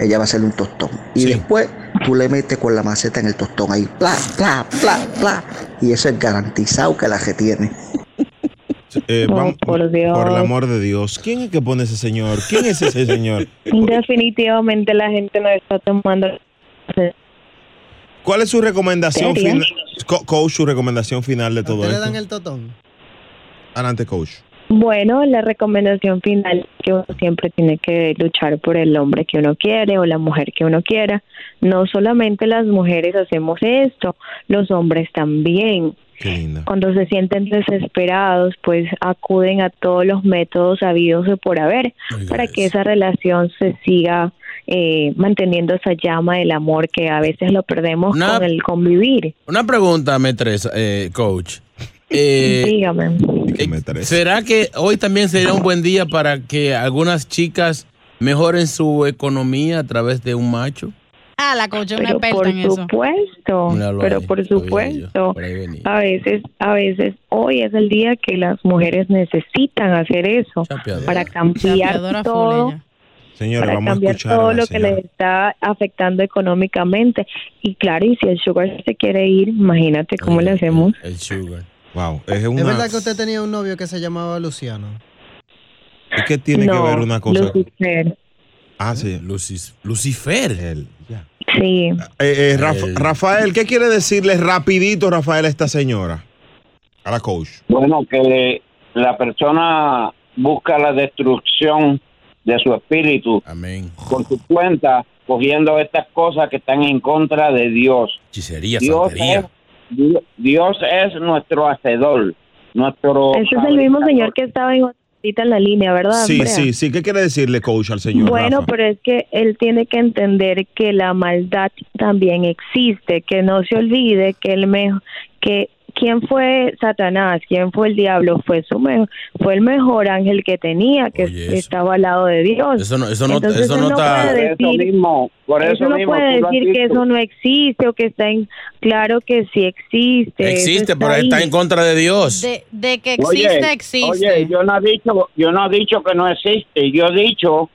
Speaker 11: ella va a hacerle un tostón. Y después tú le metes con la maceta en el tostón ahí. Pla, pla, pla, pla. Y eso es garantizado que la retiene.
Speaker 2: Eh,
Speaker 11: Oh,
Speaker 2: vam-
Speaker 11: por Dios.
Speaker 2: por el amor de Dios. ¿Quién es que pone ese señor? ¿Quién es ese señor?
Speaker 28: Definitivamente la gente no está tomando.
Speaker 2: ¿Cuál es su recomendación
Speaker 28: ¿Sería?
Speaker 2: final? Co- coach, su recomendación final de todo
Speaker 28: ¿Usted le
Speaker 2: esto.
Speaker 28: dan
Speaker 4: El totón.
Speaker 2: Adelante, coach.
Speaker 28: Bueno, la recomendación final es que uno siempre tiene que luchar por el hombre que uno quiere o la mujer que uno quiera. No solamente las mujeres hacemos esto, los hombres también. Cuando se sienten desesperados, pues acuden a todos los métodos habidos y por haber para que esa relación se siga eh, manteniendo esa llama del amor que a veces lo perdemos
Speaker 13: Una-
Speaker 28: con el convivir.
Speaker 13: Una pregunta, maestresa, eh, coach. Eh,
Speaker 28: Dígame.
Speaker 13: ¿Será que hoy también sería un buen día para que algunas chicas mejoren su economía a través de un macho?
Speaker 5: Ah, la coach es una
Speaker 28: Pero
Speaker 5: experta
Speaker 28: por
Speaker 5: en eso.
Speaker 28: supuesto,
Speaker 13: Míralo
Speaker 28: pero
Speaker 13: ahí,
Speaker 28: por supuesto,
Speaker 13: por ahí venía.
Speaker 28: a veces, a veces hoy es el día que las mujeres necesitan hacer eso para cambiar
Speaker 5: Chapeadora
Speaker 28: todo,
Speaker 2: Señores,
Speaker 28: para
Speaker 2: vamos a
Speaker 28: cambiar
Speaker 2: escuchar. a
Speaker 28: todo
Speaker 2: la
Speaker 28: lo que
Speaker 2: señora.
Speaker 28: les está afectando económicamente. Y claro, y si el sugar se quiere ir, imagínate cómo le hacemos.
Speaker 13: El sugar.
Speaker 2: Wow, es
Speaker 4: ¿Es
Speaker 2: una.
Speaker 4: verdad que usted tenía un novio que se llamaba Luciano?
Speaker 2: ¿Y qué tiene
Speaker 4: No,
Speaker 2: que ver una cosa?
Speaker 28: Lucifer.
Speaker 2: Ah, sí.
Speaker 13: Lucifer.
Speaker 28: Sí.
Speaker 2: Eh, eh, Rafa-
Speaker 13: El-
Speaker 2: Rafael, ¿qué quiere decirle rapidito, Rafael, a esta señora? A la coach.
Speaker 17: Bueno, que le- la persona busca la destrucción de su espíritu con su cuenta, cogiendo estas cosas que están en contra de Dios.
Speaker 13: Hechicería,
Speaker 17: Dios
Speaker 13: santería.
Speaker 17: es, Di- Dios es nuestro hacedor, nuestro...
Speaker 28: Ese es el mismo señor que estaba en ahorita en la línea, ¿verdad?
Speaker 2: Sí,
Speaker 28: Andrea?
Speaker 2: sí, sí. ¿Qué quiere decirle, coach, al señor?
Speaker 28: Ah, Bueno,
Speaker 2: Rafa?
Speaker 28: pero es que él tiene que entender que la maldad también existe, que no se olvide que el mejor, que quién fue Satanás, quién fue el diablo, fue su mejor, fue el mejor ángel que tenía, que estaba al lado de Dios.
Speaker 13: Eso no- eso no-
Speaker 28: Entonces,
Speaker 13: eso
Speaker 28: él
Speaker 13: no está-
Speaker 28: puede
Speaker 13: Por eso
Speaker 28: decir-
Speaker 17: mismo, por
Speaker 28: él
Speaker 17: eso
Speaker 28: no
Speaker 17: mismo,
Speaker 28: puede
Speaker 17: tú lo has
Speaker 28: decir que
Speaker 17: dicho.
Speaker 28: eso no existe o que está en, claro que sí existe. eso
Speaker 13: Existe, pero
Speaker 28: ahí.
Speaker 13: está en contra de Dios.
Speaker 5: De, de que
Speaker 17: Oye,
Speaker 5: existe, existe.
Speaker 17: Oye, yo no he dicho, yo no he dicho que no existe, yo he dicho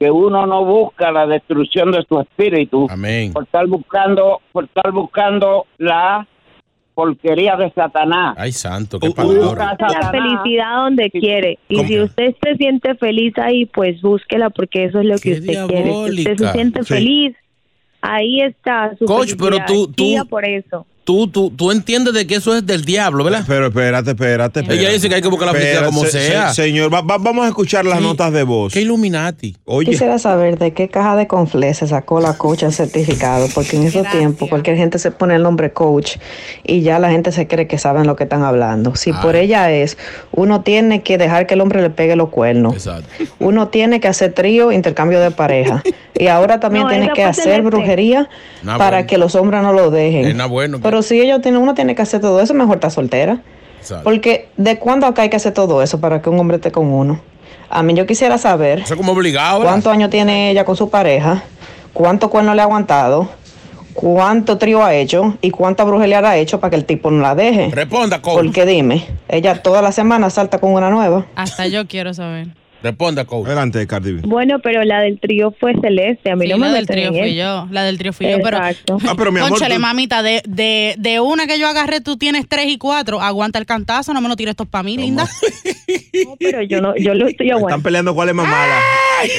Speaker 17: que uno no busca la destrucción de su espíritu. Por estar buscando, por estar buscando la porquería de Satanás.
Speaker 13: Ay, santo, qué
Speaker 17: palabra.
Speaker 28: Pues la felicidad donde quiere. Y si usted se siente feliz ahí, pues búsquela porque eso es lo que usted quiere. Si usted
Speaker 13: diabólica.
Speaker 28: se siente
Speaker 13: Sí.
Speaker 28: feliz, ahí está su
Speaker 13: Coach, pero
Speaker 28: felicidad.
Speaker 13: tú- tú-
Speaker 28: Siga por eso.
Speaker 13: Tú, tú, tú entiendes de que eso es del diablo, ¿verdad?
Speaker 2: Pero espérate, espérate.
Speaker 13: Ella dice que hay que buscar la felicidad
Speaker 2: Espera,
Speaker 13: como
Speaker 2: se- se-
Speaker 13: sea.
Speaker 2: señor, va- va- vamos a escuchar las notas de voz. Qué
Speaker 13: Illuminati.
Speaker 2: Oye,
Speaker 20: Quisiera saber de qué caja de confle se sacó la coach el certificado, porque en esos tiempos cualquier gente se pone el nombre coach y ya la gente se cree que saben lo que están hablando. Si por ella es, uno tiene que dejar que el hombre le pegue los cuernos. Uno tiene que hacer trío, intercambio de pareja. y ahora también
Speaker 31: No,
Speaker 20: tiene
Speaker 31: esa
Speaker 20: que
Speaker 31: parte
Speaker 20: hacer
Speaker 31: del este.
Speaker 20: brujería
Speaker 13: Ah,
Speaker 20: para
Speaker 13: bueno.
Speaker 20: que los hombres no lo dejen.
Speaker 13: Eh, nah, bueno,
Speaker 20: Pero si ella tiene, uno tiene que hacer todo eso, mejor está soltera.
Speaker 13: Exacto.
Speaker 20: Porque ¿de cuándo acá hay que hacer todo eso para que un hombre esté con uno?
Speaker 19: A mí yo quisiera saber.
Speaker 13: Eso como obligado. ¿verdad?
Speaker 19: ¿Cuántos años tiene ella con su pareja? ¿Cuánto cuerno le ha aguantado? ¿Cuánto trío ha hecho? ¿Y cuánta brujería le ha hecho para que el tipo no la deje?
Speaker 13: Responda, coach.
Speaker 19: Porque dime, ella toda la semana salta con una nueva.
Speaker 5: Hasta yo quiero saber.
Speaker 13: Responda, coach.
Speaker 2: Adelante, Cardi B.
Speaker 28: Bueno, pero la del trío fue Celeste. A mí
Speaker 5: Sí,
Speaker 28: no me
Speaker 5: la del
Speaker 28: meten en
Speaker 5: trío fui
Speaker 28: eso.
Speaker 5: yo. La del trío fui yo. Pero,
Speaker 28: Exacto.
Speaker 2: Ah, pero, mi amor,
Speaker 5: Cónchale,
Speaker 2: tú-
Speaker 5: mamita, de, de, de una que yo agarré, tú tienes tres y cuatro. Aguanta el cantazo, no me lo tires estos para mí, linda.
Speaker 28: Pero yo no, yo lo estoy
Speaker 2: Están peleando cuál es más mala.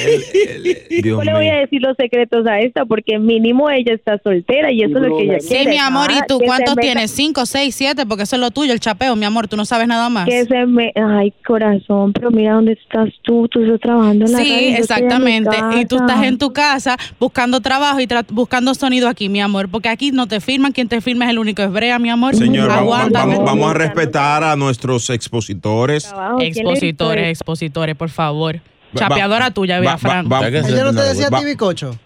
Speaker 2: El- el- Dios
Speaker 28: Yo le voy
Speaker 2: mío.
Speaker 28: a decir los secretos a esta porque mínimo ella está soltera y eso es lo que ella quiere.
Speaker 5: Sí, mi amor, ¿y
Speaker 28: Ah,
Speaker 5: tú
Speaker 28: que se
Speaker 5: cuántos
Speaker 28: meta-
Speaker 5: tienes? ¿Cinco, seis, siete? Porque eso es lo tuyo, el chapeo, mi amor. Tú no sabes nada más.
Speaker 28: Que se me... Ay, corazón, pero mira dónde estás tú, tú estás trabajando en la radio, yo
Speaker 5: Sí,
Speaker 28: estoy en mi
Speaker 5: exactamente. Y tú
Speaker 28: casa.
Speaker 5: estás en tu casa buscando trabajo y tra- buscando sonido aquí, mi amor. Porque aquí no te firman. Quien te firma es el único hebrea, mi
Speaker 13: Ah,
Speaker 5: amor.
Speaker 2: Señor, vamos, vamos-
Speaker 5: aguántame.
Speaker 2: vamos- vamos a respetar a nuestros expositores.
Speaker 5: Expositores, expositores, por favor.
Speaker 2: Va- va-
Speaker 5: Chapeadora tuya,
Speaker 2: va-
Speaker 5: Bea
Speaker 2: va-
Speaker 5: Franco.
Speaker 2: va-
Speaker 4: Ella no te decía a
Speaker 2: Va-
Speaker 4: ti bicocho.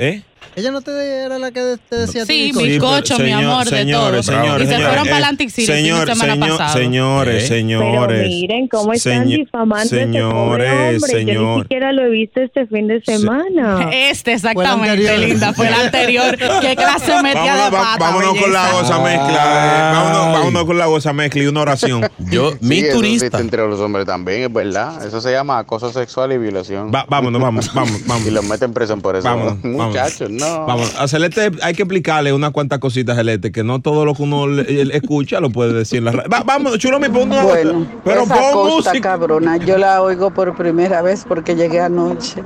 Speaker 2: ¿Eh?
Speaker 4: Ella no te era la que te decía a ti
Speaker 5: Sí,
Speaker 4: bicocho.
Speaker 5: mi bizcocho,
Speaker 2: pero
Speaker 5: mi amor, de
Speaker 2: señores,
Speaker 5: todo.
Speaker 2: Señores,
Speaker 5: Y se
Speaker 2: señores,
Speaker 5: fueron
Speaker 2: eh,
Speaker 5: para Atlantic City el fin de
Speaker 2: señor,
Speaker 5: semana
Speaker 2: señor,
Speaker 5: pasado.
Speaker 2: Señores, señores.
Speaker 28: Pero miren cómo están
Speaker 2: Seño-
Speaker 28: difamando a ese pobre
Speaker 2: Señores,
Speaker 28: hombre. Yo ni
Speaker 2: señor.
Speaker 28: siquiera lo he visto este fin de semana.
Speaker 5: Este, exactamente, linda. Fue la anterior. ¿Qué clase metía de
Speaker 2: Vámonos, va-
Speaker 28: Ah,
Speaker 5: pata,
Speaker 2: vámonos con la
Speaker 5: belleza?
Speaker 2: goza mezcla. eh, vámonos, vámonos con la goza mezcla y una oración.
Speaker 13: Yo,
Speaker 2: mi
Speaker 14: eso
Speaker 2: turista.
Speaker 14: existe entre los hombres también, es verdad. Eso se llama acoso sexual y violación.
Speaker 2: Va- vámonos, vamos, vamos, vamos.
Speaker 14: Y los meten preso por eso.
Speaker 2: Vámonos, vámonos.
Speaker 14: Muchachos, no.
Speaker 2: Vamos, a Celeste hay que explicarle unas cuantas cositas a Celeste, que no todo lo que uno le- él escucha lo puede decir en la radio. Va- vamos, chulo, me pongo una
Speaker 16: Bueno,
Speaker 2: pero
Speaker 16: esa
Speaker 2: pon
Speaker 16: costa
Speaker 2: música.
Speaker 16: cabrona, yo la oigo por primera vez porque llegué anoche.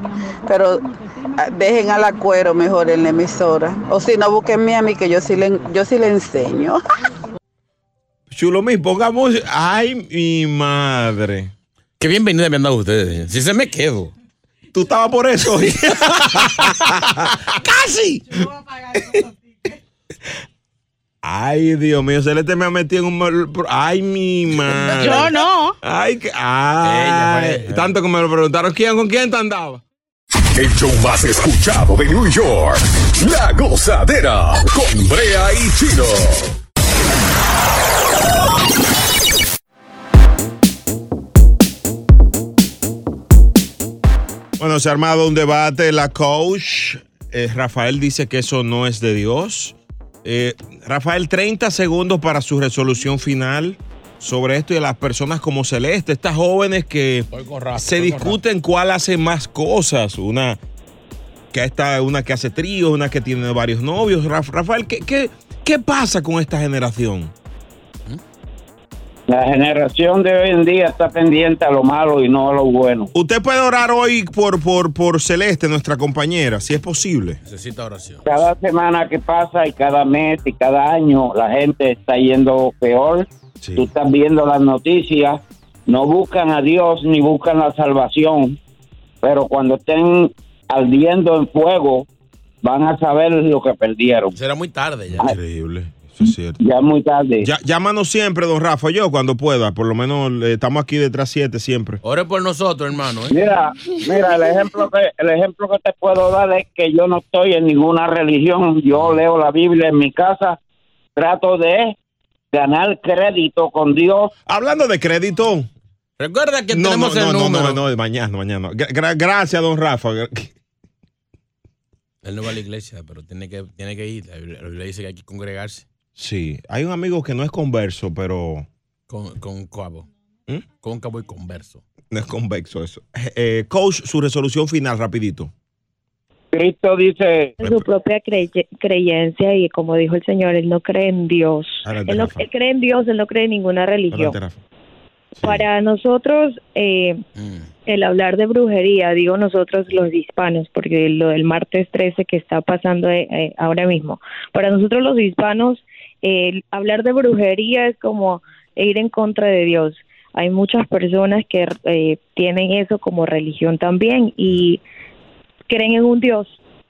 Speaker 16: Pero ah, dejen al acuero mejor en la emisora. O si no, búsquenme a mí que yo sí le, yo sí le enseño.
Speaker 2: Chulo, me ponga música. Ay, mi madre.
Speaker 13: Qué bienvenida me han dado ustedes. Si se me quedo.
Speaker 2: Tú estabas por eso. ¡Ah, ¡Casi! Ay, Dios mío, Celeste me ha metido en un mal... pro- Ay, mi madre.
Speaker 5: Yo no.
Speaker 2: Ay, que- ay. tanto que me lo preguntaron, ¿quién, ¿con quién te andaba?
Speaker 1: El show más escuchado de New York. La gozadera con Brea y Chino.
Speaker 2: Bueno, se ha armado un debate. La coach eh, Rafael dice que eso no es de Dios. Eh, Rafael, 30 segundos para su resolución final sobre esto y a las personas como Celeste, estas jóvenes que se discuten cuál hace más cosas. Una que está, una que hace tríos, una que tiene varios novios. Raf- Rafael, ¿qué, qué, qué pasa con esta generación?
Speaker 17: La generación de hoy en día está pendiente a lo malo y no a lo bueno.
Speaker 2: Usted puede orar hoy por, por, por Celeste, nuestra compañera, si es posible.
Speaker 13: Necesita oración.
Speaker 17: Cada semana que pasa y cada mes y cada año la gente está yendo peor. Tú estás viendo las noticias. No buscan a Dios ni buscan la salvación. Pero cuando estén ardiendo en fuego, van a saber lo que perdieron.
Speaker 13: Será muy tarde ya.
Speaker 2: Increíble. Eso es cierto.
Speaker 17: Ya es muy tarde.
Speaker 2: Ya- llámanos siempre, don Rafa, yo cuando pueda. Por lo menos eh, estamos aquí detrás siete siempre.
Speaker 13: Ore por nosotros, hermano. ¿eh?
Speaker 17: Mira, mira, el ejemplo que el ejemplo que te puedo dar es que yo no estoy en ninguna religión, yo leo la Biblia en mi casa, trato de ganar crédito con Dios.
Speaker 2: Hablando de crédito.
Speaker 13: Recuerda que
Speaker 2: No,
Speaker 13: tenemos
Speaker 2: no,
Speaker 13: el
Speaker 2: no, no,
Speaker 13: número.
Speaker 2: no, no, de mañana, mañana. Gra- gracias, don Rafa.
Speaker 13: Él no va a la iglesia, pero tiene que, tiene que ir. La Biblia la Biblia dice que hay que congregarse
Speaker 2: Sí, hay un amigo que no es converso, pero
Speaker 13: con, con cabo.
Speaker 2: ¿Mm?
Speaker 13: Con cabo y converso.
Speaker 2: no es convexo eso. Eh, coach, su resolución final, rapidito.
Speaker 17: Cristo dice...
Speaker 28: su propia creye- creencia y como dijo el Señor, él no cree en Dios.
Speaker 2: Adelante,
Speaker 28: Él, no,
Speaker 2: Rafa.
Speaker 28: él cree en Dios, él no cree en ninguna religión.
Speaker 2: Adelante, Rafa.
Speaker 28: Para nosotros, eh, el hablar de brujería, digo nosotros los hispanos, porque lo del martes 13 que está pasando eh, eh, ahora mismo, para nosotros los hispanos, eh, el hablar de brujería es como ir en contra de Dios. Hay muchas personas que eh, tienen eso como religión también y creen en un Dios.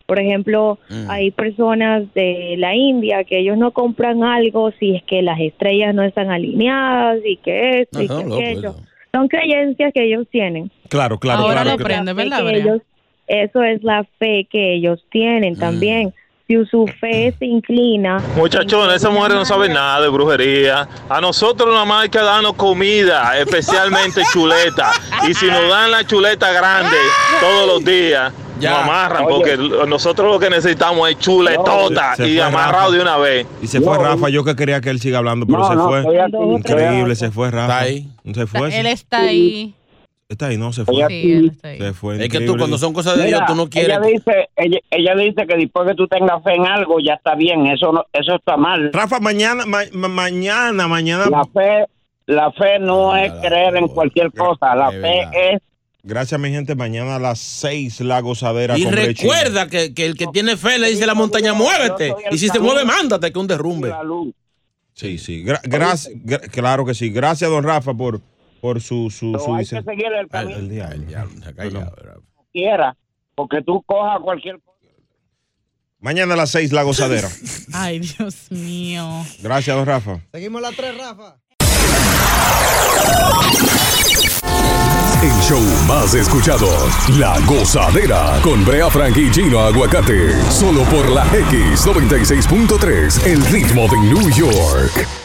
Speaker 28: Por ejemplo,
Speaker 2: Mm.
Speaker 28: hay personas de la India que ellos no compran algo si es que las estrellas no están alineadas y que esto
Speaker 2: Ah,
Speaker 28: y que
Speaker 2: son locos
Speaker 28: aquello. Son creencias que ellos tienen.
Speaker 2: Claro, claro,
Speaker 28: Ahora
Speaker 2: claro.
Speaker 28: lo
Speaker 2: claro. Mm.
Speaker 28: aprende, La fe que ellos- eso es la fe que ellos tienen también. si su fe se inclina.
Speaker 23: Muchachones, esas mujeres no saben nada de brujería. A nosotros nada más hay que darnos comida, especialmente chuleta. Y si nos dan la chuleta grande todos los días, nos amarran, porque nosotros lo que necesitamos es chuletota
Speaker 2: Se
Speaker 23: Tota, y
Speaker 2: fue
Speaker 23: amarrado
Speaker 2: Rafa.
Speaker 23: de una vez.
Speaker 2: Y se fue Rafa, yo que quería que él siga hablando, pero
Speaker 23: No,
Speaker 2: se
Speaker 23: no, estoy aquí,
Speaker 2: fue.
Speaker 23: estoy
Speaker 2: Increíble, se fue Rafa. Está ahí. Se fue.
Speaker 5: Él está ahí.
Speaker 2: Está ahí, no, se
Speaker 5: Estoy
Speaker 2: fue.
Speaker 5: aquí. Sí, él está ahí.
Speaker 2: Se fue.
Speaker 13: Es que tú,
Speaker 2: increíble.
Speaker 13: cuando son cosas de Dios,
Speaker 17: Mira,
Speaker 13: tú no quieres.
Speaker 17: Ella dice, ella, ella dice que después que tú tengas fe en algo, ya está bien. Eso no, eso está mal.
Speaker 2: Rafa, mañana, mañana, mañana.
Speaker 17: La fe, la fe no es creer en cualquier cosa. La
Speaker 2: de
Speaker 17: fe
Speaker 2: verdad.
Speaker 17: es.
Speaker 2: Gracias, mi gente. Mañana a las 6, la gozadera.
Speaker 13: Y
Speaker 2: con Brea Chino.
Speaker 13: recuerda que, que el que tiene fe le dice la montaña, muévete. Y si se mueve, mándate que un derrumbe.
Speaker 2: Sí, sí. Gra- gracias- gra- claro que sí. Gracias, don Rafa, por, por su. su, su
Speaker 17: hay
Speaker 2: dicen-
Speaker 17: que seguir el
Speaker 2: Ay,
Speaker 17: camino
Speaker 2: el diablo. Perdón.
Speaker 17: que quieras, porque tú cojas cualquier cosa.
Speaker 2: Mañana a las 6, la gozadera.
Speaker 5: Ay, Dios mío.
Speaker 2: Gracias, don Rafa.
Speaker 4: Seguimos las tres, Rafa.
Speaker 1: El show más escuchado, La Gozadera, con Brea Frank y Gino Aguacate, solo por la X96.3, el ritmo de New York.